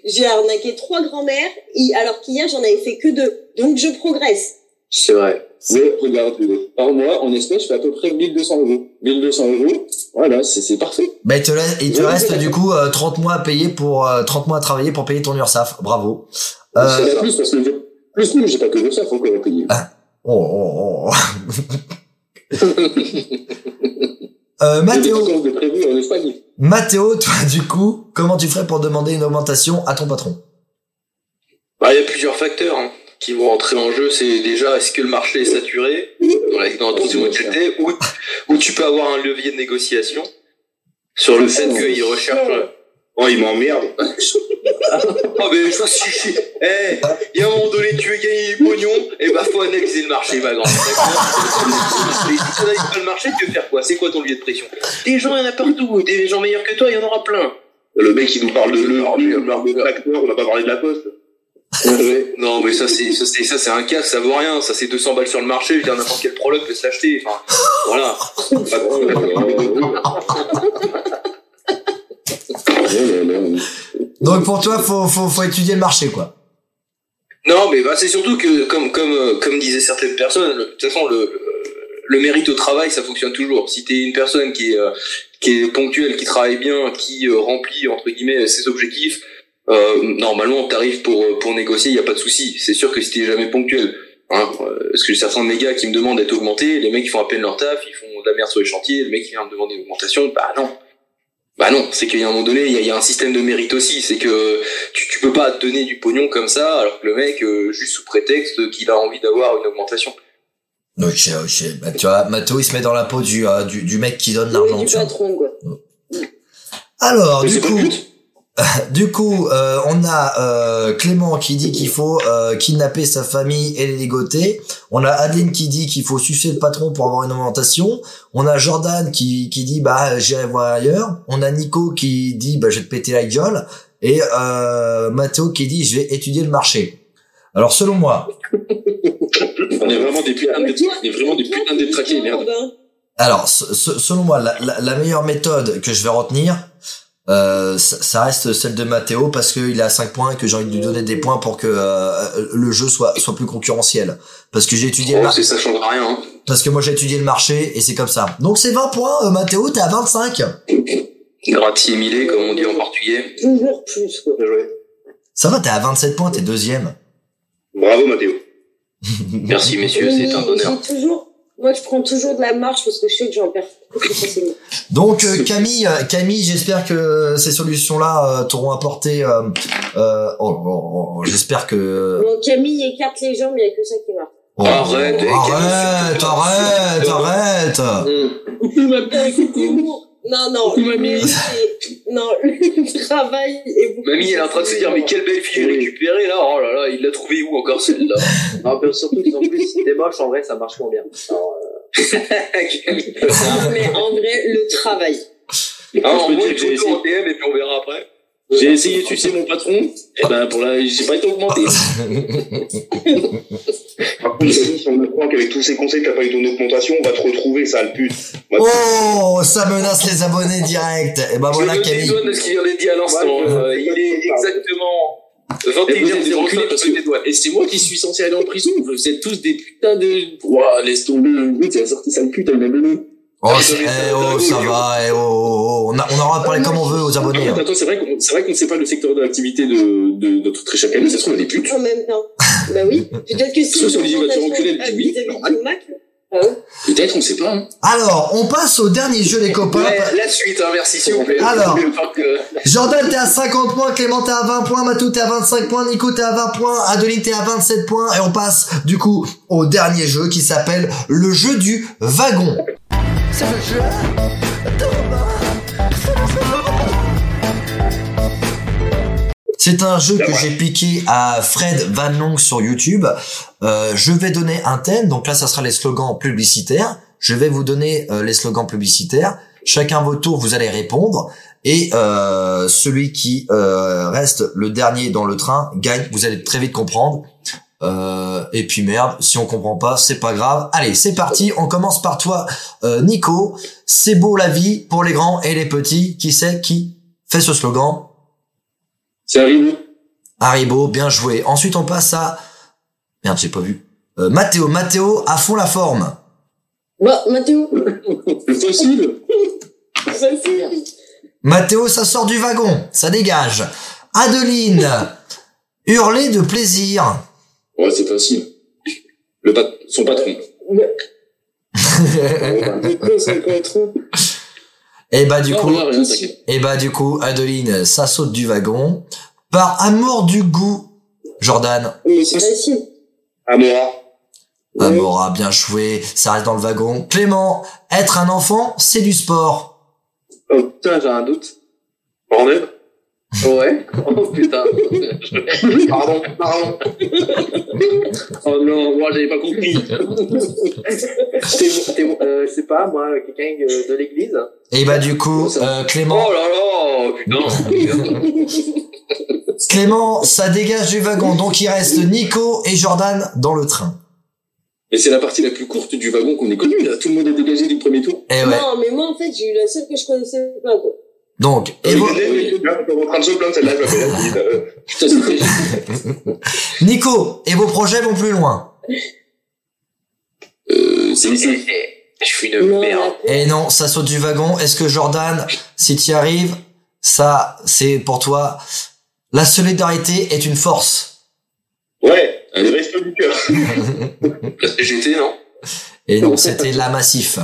[SPEAKER 4] j'ai arnaqué trois grands-mères, hi- alors qu'hier, j'en avais fait que deux. Donc, je progresse.
[SPEAKER 7] C'est vrai.
[SPEAKER 5] Mais regarde, euh, par mois, en espèce, je fais à peu près 1200 euros. 1200 euros, voilà, c'est c'est parfait.
[SPEAKER 2] Bah, il te, laisse- il te
[SPEAKER 5] Oui,
[SPEAKER 2] reste
[SPEAKER 5] oui,
[SPEAKER 2] du
[SPEAKER 5] oui.
[SPEAKER 2] coup euh, 30 mois à payer pour euh, 30 mois à travailler pour payer ton URSAF. Bravo. Euh,
[SPEAKER 5] Ah, C'est la plus parce que je- plus nous, j'ai pas que ça, faut qu'on la paye.
[SPEAKER 2] Ah, oh, oh, oh. Euh, Mathéo,
[SPEAKER 5] de prévu en Espagne.
[SPEAKER 2] Mathéo, toi du coup, comment tu ferais pour demander une augmentation à ton patron
[SPEAKER 6] Bah, il y a plusieurs facteurs hein, qui vont entrer en jeu. C'est déjà, est-ce que le marché est saturé dans la dans la position où tu étais, ou, ou tu peux avoir un levier de négociation sur le fait qu'il recherche.
[SPEAKER 8] Oh, il m'emmerde.
[SPEAKER 6] Ah ben je suis si Eh, il y a un moment donné tu veux gagner du pognon, et bah faut analyser le marché, ma grande. D'accord Et Si tu n'analyses pas le marché, tu veux faire quoi C'est quoi ton levier de pression Des gens, il y en a partout. Des gens meilleurs que toi, il y en aura plein.
[SPEAKER 8] Le mec, il nous parle de
[SPEAKER 5] Ah,
[SPEAKER 8] l'heure, il nous parle de facteur, on n'a pas parlé de la poste.
[SPEAKER 6] Non, mais ça c'est ça c'est ça c'est un cas, ça vaut rien. Ça c'est 200 balles sur le marché. Je veux dire, n'importe quel prologue peut se l'acheter. Enfin, voilà.
[SPEAKER 8] Ah, non, non, non, non.
[SPEAKER 5] Non, non, non.
[SPEAKER 2] Donc pour toi, faut, faut, faut étudier le marché, quoi.
[SPEAKER 6] Non, mais bah, c'est surtout que comme comme euh, comme disaient certaines personnes, le- de toute façon le le- le mérite au travail, ça fonctionne toujours. Si t'es une personne qui est euh, qui est ponctuelle, qui travaille bien, qui euh, remplit entre guillemets ses objectifs, euh, normalement t'arrives pour euh, pour négocier, il y a pas de souci. C'est sûr que si t'es jamais ponctuel, hein, euh, parce que j'ai certains de mes gars qui me demandent d'être augmenté, les mecs ils font à peine leur taf, ils font de la merde sur les chantiers, le mec qui vient me demander une augmentation, bah non. Bah non, c'est qu'il y a un moment donné, il y a, il y a un système de mérite aussi. C'est que tu, tu peux pas te donner du pognon comme ça, alors que le mec, euh, juste sous prétexte qu'il a envie d'avoir une augmentation.
[SPEAKER 2] Ok, ok. Bah, tu vois, Mathéo, il se met dans la peau du, euh, du, du mec qui donne l'argent.
[SPEAKER 4] Oui, du
[SPEAKER 2] tu vois.
[SPEAKER 4] patron, quoi.
[SPEAKER 2] Alors, Oh,
[SPEAKER 5] Mais
[SPEAKER 2] du
[SPEAKER 5] c'est pas
[SPEAKER 2] coup,
[SPEAKER 5] le but.
[SPEAKER 2] du coup, euh, on a euh, Clément qui dit qu'il faut euh, kidnapper sa famille et les ligoter. On a Adeline qui dit qu'il faut sucer le patron pour avoir une augmentation. On a Jordan qui, qui dit bah j'irai voir ailleurs. On a Nico qui dit bah je vais te péter la gueule. Et euh, Mathéo qui dit je vais étudier le marché. Alors selon moi,
[SPEAKER 5] On est vraiment des putains de,
[SPEAKER 4] Toi-
[SPEAKER 5] on est vraiment des
[SPEAKER 4] toi,
[SPEAKER 5] putains
[SPEAKER 4] t'es
[SPEAKER 5] de détraqués,
[SPEAKER 4] putain,
[SPEAKER 5] merde.
[SPEAKER 4] Robin.
[SPEAKER 2] Alors, ce- ce- selon moi, la, la- la meilleure méthode que je vais retenir, euh, ça, ça reste celle de Matteo parce qu'il a 5 points et que j'ai envie de lui donner des points pour que euh, le jeu soit, soit plus concurrentiel. Parce que j'ai étudié le
[SPEAKER 6] Oh,
[SPEAKER 2] mar-
[SPEAKER 6] c'est ça changera rien. hein.
[SPEAKER 2] parce que moi j'ai étudié le marché et c'est comme ça. Donc c'est 20 points, euh, Matteo, t'es à 25.
[SPEAKER 6] Gratier milé, comme on dit en portugais.
[SPEAKER 4] Toujours plus, quoi.
[SPEAKER 2] Ça va, t'es à 27 points, t'es deuxième.
[SPEAKER 8] Bravo, Mathéo.
[SPEAKER 6] Merci messieurs, c'est un
[SPEAKER 4] Oui,
[SPEAKER 6] honneur.
[SPEAKER 4] j'ai toujours... Moi, je prends toujours de la marche parce que je sais que j'en perds plus facilement.
[SPEAKER 2] Donc euh, Camille, euh, Camille, j'espère que ces solutions-là euh, t'auront apporté. euh, euh, oh, oh, oh, oh, j'espère que.
[SPEAKER 4] Bon, Camille écarte les jambes, il n'y a que ça qui marche.
[SPEAKER 2] Oh,
[SPEAKER 6] Arrête, eh, Camille,
[SPEAKER 2] arrête,
[SPEAKER 6] surtout-
[SPEAKER 2] arrête, arrête.
[SPEAKER 5] Hum.
[SPEAKER 6] Ah, bah,
[SPEAKER 4] Putain, c'est l'humour. Non, non, le- c'est- non, le travail est beaucoup
[SPEAKER 6] Mamie, elle est en train de se dire, mais quelle belle fille j'ai récupérée là. Oh là là, il l'a trouvée où encore celle-là
[SPEAKER 2] Ah,
[SPEAKER 7] Non, mais surtout qu'ils ont plus, si t'es moche, en vrai, ça marche moins bien.
[SPEAKER 5] Ah,
[SPEAKER 7] Alors,
[SPEAKER 4] Non, mais en vrai, le travail.
[SPEAKER 6] Ah,
[SPEAKER 5] Moi, je me
[SPEAKER 6] Envoie
[SPEAKER 5] dis
[SPEAKER 6] une
[SPEAKER 5] que j'ai
[SPEAKER 6] photo
[SPEAKER 5] essayé.
[SPEAKER 6] en DM et puis on verra après.
[SPEAKER 5] J'ai essayé de sucer mon patron,
[SPEAKER 7] Eh
[SPEAKER 5] et ben pour la, j'ai pas été augmenté.
[SPEAKER 8] Par contre, Denis, si on apprend qu'avec tous ces conseils, t'as pas eu ton augmentation, on va te retrouver, sale pute.
[SPEAKER 2] Oh, ça menace les abonnés direct. Et ben voilà
[SPEAKER 6] Je me
[SPEAKER 2] Camille.
[SPEAKER 6] dédouane de ce qu'il vient d'être dit à l'instant.
[SPEAKER 5] Ouais, je-
[SPEAKER 6] Euh, il est exactement 21
[SPEAKER 5] des
[SPEAKER 6] h
[SPEAKER 5] enculés
[SPEAKER 6] sur
[SPEAKER 5] parce
[SPEAKER 6] les doigts.
[SPEAKER 5] que, et c'est moi qui suis censé aller en prison. Vous êtes tous des putains de, ouah, laisse tomber. Oui, c'est la sortie sale pute, elle m'a mené.
[SPEAKER 2] Oh, c'est- eh, oh, ça va. eh, oh, oh, oh. On, a, a, on aura parlé comme on veut aux abonnés. hein.
[SPEAKER 5] Attends, c'est vrai qu'on c'est vrai qu'on ne sait pas le secteur d'activité de, de notre très cher Camille, ça se trouve, on est des putes.
[SPEAKER 4] En même temps. bah oui. Peut-être que si.
[SPEAKER 5] Sauf si on lui dit, va te faire enculer, elle dit oui,
[SPEAKER 4] vis-à-vis
[SPEAKER 5] normal.
[SPEAKER 4] du Mac,
[SPEAKER 5] Peut-être, on ne sait pas. Hein.
[SPEAKER 2] Alors, on passe au dernier jeu, les copains.
[SPEAKER 6] Ouais, la suite, hein, merci s'il vous plaît.
[SPEAKER 2] Alors.
[SPEAKER 6] Je crois que-
[SPEAKER 2] Jordan, t'es à 50 points, Clément, t'es à 20 points, Matou, t'es à 25 points, Nico, t'es à 20 points, Adeline, t'es à 27 points, et on passe, du coup, au dernier jeu qui s'appelle le jeu du wagon.
[SPEAKER 1] C'est le jeu
[SPEAKER 2] C'est un jeu que j'ai piqué à Fred Van Long sur YouTube. Euh, je vais donner un thème, donc là ça sera les slogans publicitaires. Je vais vous donner euh, les slogans publicitaires. Chacun votre tour, vous allez répondre. Et euh, celui qui euh, reste le dernier dans le train gagne. Vous allez très vite comprendre. Euh, et puis merde, si on comprend pas, c'est pas grave. Allez, c'est parti. On commence par toi, euh, Nico. C'est beau la vie pour les grands et les petits. Qui c'est qui fait ce slogan
[SPEAKER 5] C'est arrivé.
[SPEAKER 2] Haribo, bien joué. Ensuite, on passe à... Merde, j'ai pas vu. Euh, Matteo, Matteo, à fond la forme.
[SPEAKER 4] Bon, Bah, Mathéo,
[SPEAKER 5] Le fossile
[SPEAKER 4] facile.
[SPEAKER 2] Matteo, ça sort du wagon, ça dégage. Adeline, hurler de plaisir.
[SPEAKER 5] Ouais, c'est facile. Le pat son patron.
[SPEAKER 2] Et bah du
[SPEAKER 5] Non,
[SPEAKER 2] coup,
[SPEAKER 7] Ah,
[SPEAKER 5] regarde, regarde, t'inquiète.
[SPEAKER 2] et bah du coup, Adeline, ça saute du wagon. Par amour du goût, Jordan.
[SPEAKER 4] Mais c'est facile.
[SPEAKER 8] À moi.
[SPEAKER 2] Amora, bien joué, ça reste dans le wagon. Clément, être un enfant, c'est du sport.
[SPEAKER 7] Oh putain, j'ai un doute.
[SPEAKER 8] Pornhub.
[SPEAKER 7] Ouais. Oh putain.
[SPEAKER 8] Pardon, pardon.
[SPEAKER 7] Oh non, moi j'avais pas compris. c'est bon, euh, je sais pas, moi, quelqu'un euh, de l'église.
[SPEAKER 2] Et bah du coup, euh, Clément,
[SPEAKER 6] Oh là là, putain.
[SPEAKER 2] Clément, ça dégage du wagon, donc il reste Nico et Jordan dans le train.
[SPEAKER 5] Et c'est la partie la plus courte du wagon qu'on ait connue, là. Tout le monde est dégagé du premier tour.
[SPEAKER 2] Et Eh ouais.
[SPEAKER 4] Non, mais moi, en fait, j'ai eu la seule que je connaissais pas, quoi.
[SPEAKER 2] Donc, évo-
[SPEAKER 8] T'es en train de se plaindre, celle-là, je la fais rapide. Euh,
[SPEAKER 5] Putain, c'est très-
[SPEAKER 2] Nico, et vos projets vont plus loin.
[SPEAKER 5] Euh, c'est ici.
[SPEAKER 6] Eh, eh, Je suis
[SPEAKER 4] Non,
[SPEAKER 6] une
[SPEAKER 4] la
[SPEAKER 6] merde.
[SPEAKER 4] peau.
[SPEAKER 2] Et Eh non, ça saute du wagon. Est-ce que Jordan, si tu arrives, ça, c'est pour toi. La solidarité est une force.
[SPEAKER 8] Ouais, le reste du cœur.
[SPEAKER 6] La CGT, non
[SPEAKER 2] Et non, c'était la massif.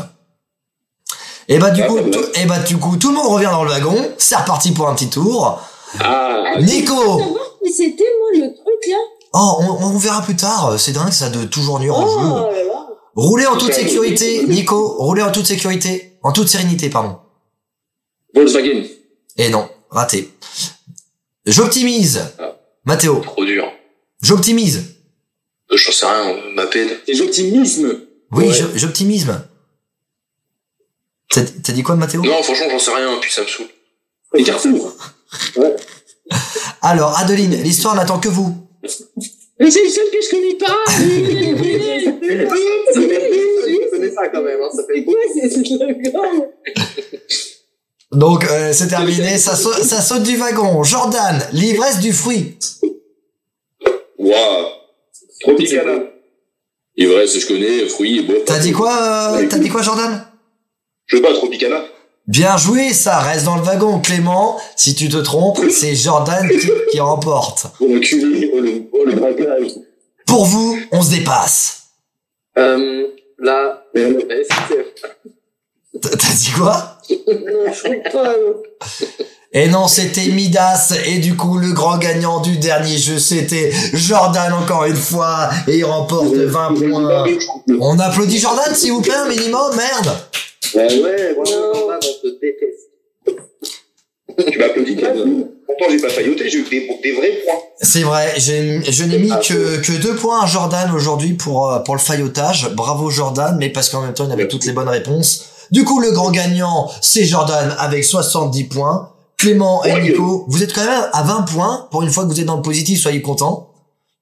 [SPEAKER 2] Et bah du
[SPEAKER 8] Ah,
[SPEAKER 2] coup,
[SPEAKER 8] bah,
[SPEAKER 2] tout, et bah du coup, tout le monde revient dans le wagon. C'est reparti pour un petit tour.
[SPEAKER 5] Ah,
[SPEAKER 2] Nico,
[SPEAKER 4] Savoir qui c'était, moi, le truc, là.
[SPEAKER 2] oh, on, on verra plus tard. C'est dingue ça de toujours nuire en jeu.
[SPEAKER 4] Oh là là.
[SPEAKER 2] Roulez en toute sécurité, Nico. Roulez en toute sécurité. En toute sérénité, pardon.
[SPEAKER 5] Volkswagen.
[SPEAKER 2] Et non, raté. J'optimise.
[SPEAKER 5] Ah.
[SPEAKER 2] Mathéo,
[SPEAKER 6] Trop dur.
[SPEAKER 2] j'optimise.
[SPEAKER 6] Euh, J'en sais rien, on m'appelle.
[SPEAKER 5] C'est l'optimisme.
[SPEAKER 2] Oui,
[SPEAKER 5] Ouais.
[SPEAKER 2] je- j'optimisme. T'as t'as dit quoi, Mathéo
[SPEAKER 6] Non, franchement, j'en sais rien, puis ça me saoule.
[SPEAKER 5] Les carrefours.
[SPEAKER 2] Alors, Adeline, l'histoire n'attend que vous.
[SPEAKER 9] Mais c'est le seul que je connais pas.
[SPEAKER 7] Je connais ça quand même, hein, ça fait
[SPEAKER 4] C'est quoi ces slogans
[SPEAKER 2] Donc, euh, c'est terminé, ça, sa- ça saute du wagon. Jordan, l'ivresse du fruit.
[SPEAKER 5] Waouh.
[SPEAKER 8] Tropicana.
[SPEAKER 5] Ivresse, je connais, fruits et bois.
[SPEAKER 2] T'as dit quoi, euh, t'as dit quoi, Jordan
[SPEAKER 8] Je veux pas Tropicana.
[SPEAKER 2] Bien joué, ça reste dans le wagon. Clément, si tu te trompes, c'est Jordan qui, qui remporte.
[SPEAKER 5] Oh, le culé, oh, le, oh, le braquage.
[SPEAKER 2] Pour vous, on se dépasse.
[SPEAKER 7] Euh, la,
[SPEAKER 5] Euh,
[SPEAKER 7] la SNCF.
[SPEAKER 2] T'as t'as dit quoi
[SPEAKER 4] Non, je trouve pas. non.
[SPEAKER 2] Et non, c'était Midas. Et du coup, le grand gagnant du dernier jeu, c'était Jordan encore une fois. Et il remporte 20 points. On applaudit Jordan, s'il vous plaît, un minimum. Merde.
[SPEAKER 7] Ouais, moi, on se déteste.
[SPEAKER 8] Tu m'as applaudi, Ken. Pourtant, j'ai pas failloté, j'ai eu des, des vrais points.
[SPEAKER 2] C'est vrai, j'ai- je n'ai mis que, que deux points à Jordan aujourd'hui pour, euh, pour le faillotage. Bravo Jordan, mais parce qu'en même temps, il avait toutes les bonnes réponses. Du coup, le grand gagnant, c'est Jordan avec 70 points. Clément et Nico, vous êtes quand même à 20 points. Pour une fois que vous êtes dans le positif, soyez contents.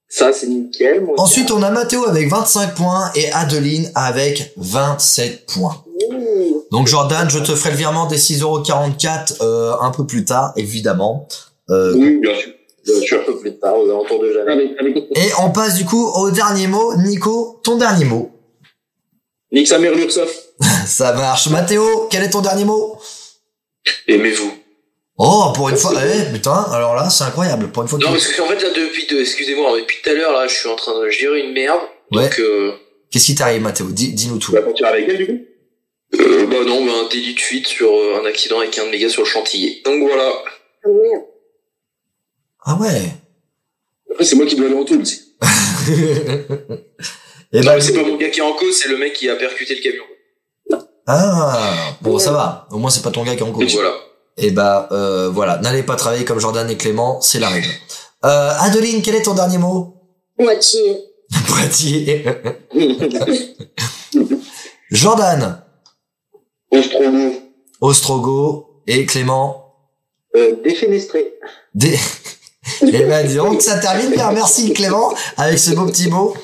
[SPEAKER 7] Ça, c'est nickel, mon
[SPEAKER 2] Ensuite, on a Mathéo avec 25 points et Adeline avec 27 points.
[SPEAKER 4] Ouh.
[SPEAKER 2] Donc Jordan, je te ferai le virement des 6,44€ euh, un peu plus tard, évidemment. Euh,
[SPEAKER 8] Oui, bien sûr. Bien
[SPEAKER 7] gars.
[SPEAKER 8] sûr.
[SPEAKER 7] Un peu plus tard, aux alentours de jamais.
[SPEAKER 5] Avec, avec...
[SPEAKER 2] Et on passe du coup au dernier mot. Nico, ton dernier mot.
[SPEAKER 5] Nique sa mère, l'Ursof.
[SPEAKER 2] Ça marche. Mathéo, quel est ton dernier mot
[SPEAKER 6] Aimez-vous.
[SPEAKER 2] Oh, pour une fois, eh, putain, alors là, c'est incroyable. Pour une fois,
[SPEAKER 6] Non,
[SPEAKER 2] que-
[SPEAKER 6] parce qu'en fait, là, depuis, de- excusez-moi, mais depuis tout à l'heure, là, je suis en train de gérer une merde.
[SPEAKER 2] Ouais.
[SPEAKER 6] Donc, euh,
[SPEAKER 2] qu'est-ce qui t'arrive, Mathéo Dis- Dis-nous tout.
[SPEAKER 8] Tu vas partir avec elle, du coup
[SPEAKER 6] euh, bah non, bah, un délit de fuite sur euh, un accident avec un de mes gars sur le chantilly. Donc voilà.
[SPEAKER 4] Ah, merde.
[SPEAKER 2] Ah ouais. Eh
[SPEAKER 5] Après, c'est moi qui dois aller en tout aussi.
[SPEAKER 2] Et
[SPEAKER 8] Bah,
[SPEAKER 6] Non, mais c'est pas mon gars qui est en cause, c'est le mec qui a percuté le camion.
[SPEAKER 2] Ah, bon, ça va. Au moins, c'est pas ton gars qui est en
[SPEAKER 6] Donc
[SPEAKER 2] coach.
[SPEAKER 6] voilà.
[SPEAKER 2] Et bah, euh, voilà. N'allez pas travailler comme Jordan et Clément, c'est la règle. Euh, Adeline, quel est ton dernier mot
[SPEAKER 4] Moitié.
[SPEAKER 2] Pratier. Jordan,
[SPEAKER 8] On se trouve.
[SPEAKER 2] Ostrogo et Clément.
[SPEAKER 7] Euh, défenestré.
[SPEAKER 2] Des... Eh ben, dis donc, ça termine bien. Merci, Clément, avec ce beau petit mot.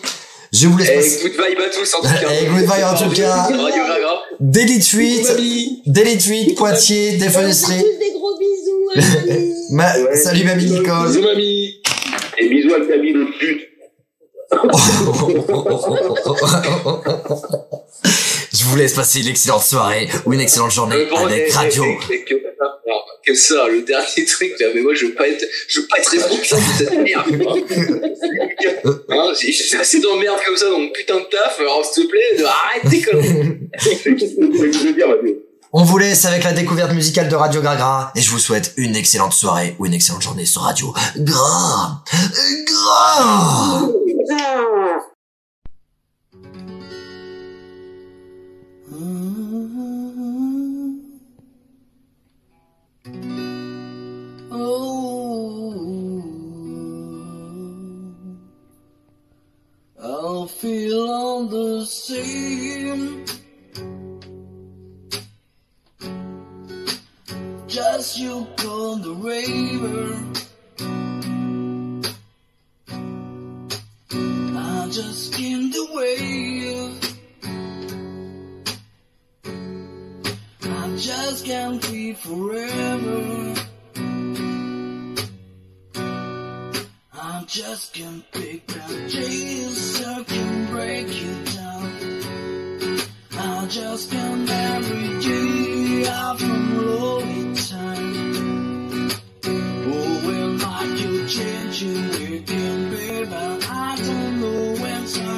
[SPEAKER 2] Je vous laisse
[SPEAKER 6] Et
[SPEAKER 2] passer.
[SPEAKER 6] Eh, good vibe à tous, en tout cas.
[SPEAKER 2] Et goodbye, Eh, en tout cas.
[SPEAKER 6] Radio Gaga.
[SPEAKER 2] Daily Tweet, Daily Tweet, Poitiers,
[SPEAKER 4] On
[SPEAKER 2] défenestré.
[SPEAKER 4] vous fait tous des gros bisous, hein, mamie.
[SPEAKER 2] Ma- Salut, mamie Nicole.
[SPEAKER 5] Bisous, mamie.
[SPEAKER 8] Et bisous à Camille, le pute.
[SPEAKER 2] Je vous laisse passer une excellente soirée ou une excellente journée
[SPEAKER 6] Euh, bon, eh,
[SPEAKER 2] avec
[SPEAKER 6] eh,
[SPEAKER 2] Radio.
[SPEAKER 6] eh, eh, que, alors, que ça, le dernier truc là, mais moi je veux pas être, je veux pas être responsable de cette merde. moi. Hein, j'ai j'ai assez d'emmerdes comme ça dans mon putain de taf, alors s'il te plaît, arrêtez comme
[SPEAKER 2] On vous laisse avec la découverte musicale de Radio Gragra et je vous souhaite une excellente soirée ou une excellente journée sur Radio Gra. Gra.
[SPEAKER 4] Ah.
[SPEAKER 9] I'll feel on the same. Just you on the river. I just skim the wave. I just can't be forever. I just can pick up chains that can break you down. I just can every day out from lonely time. Oh, well, might you change you again, babe? I don't know when time.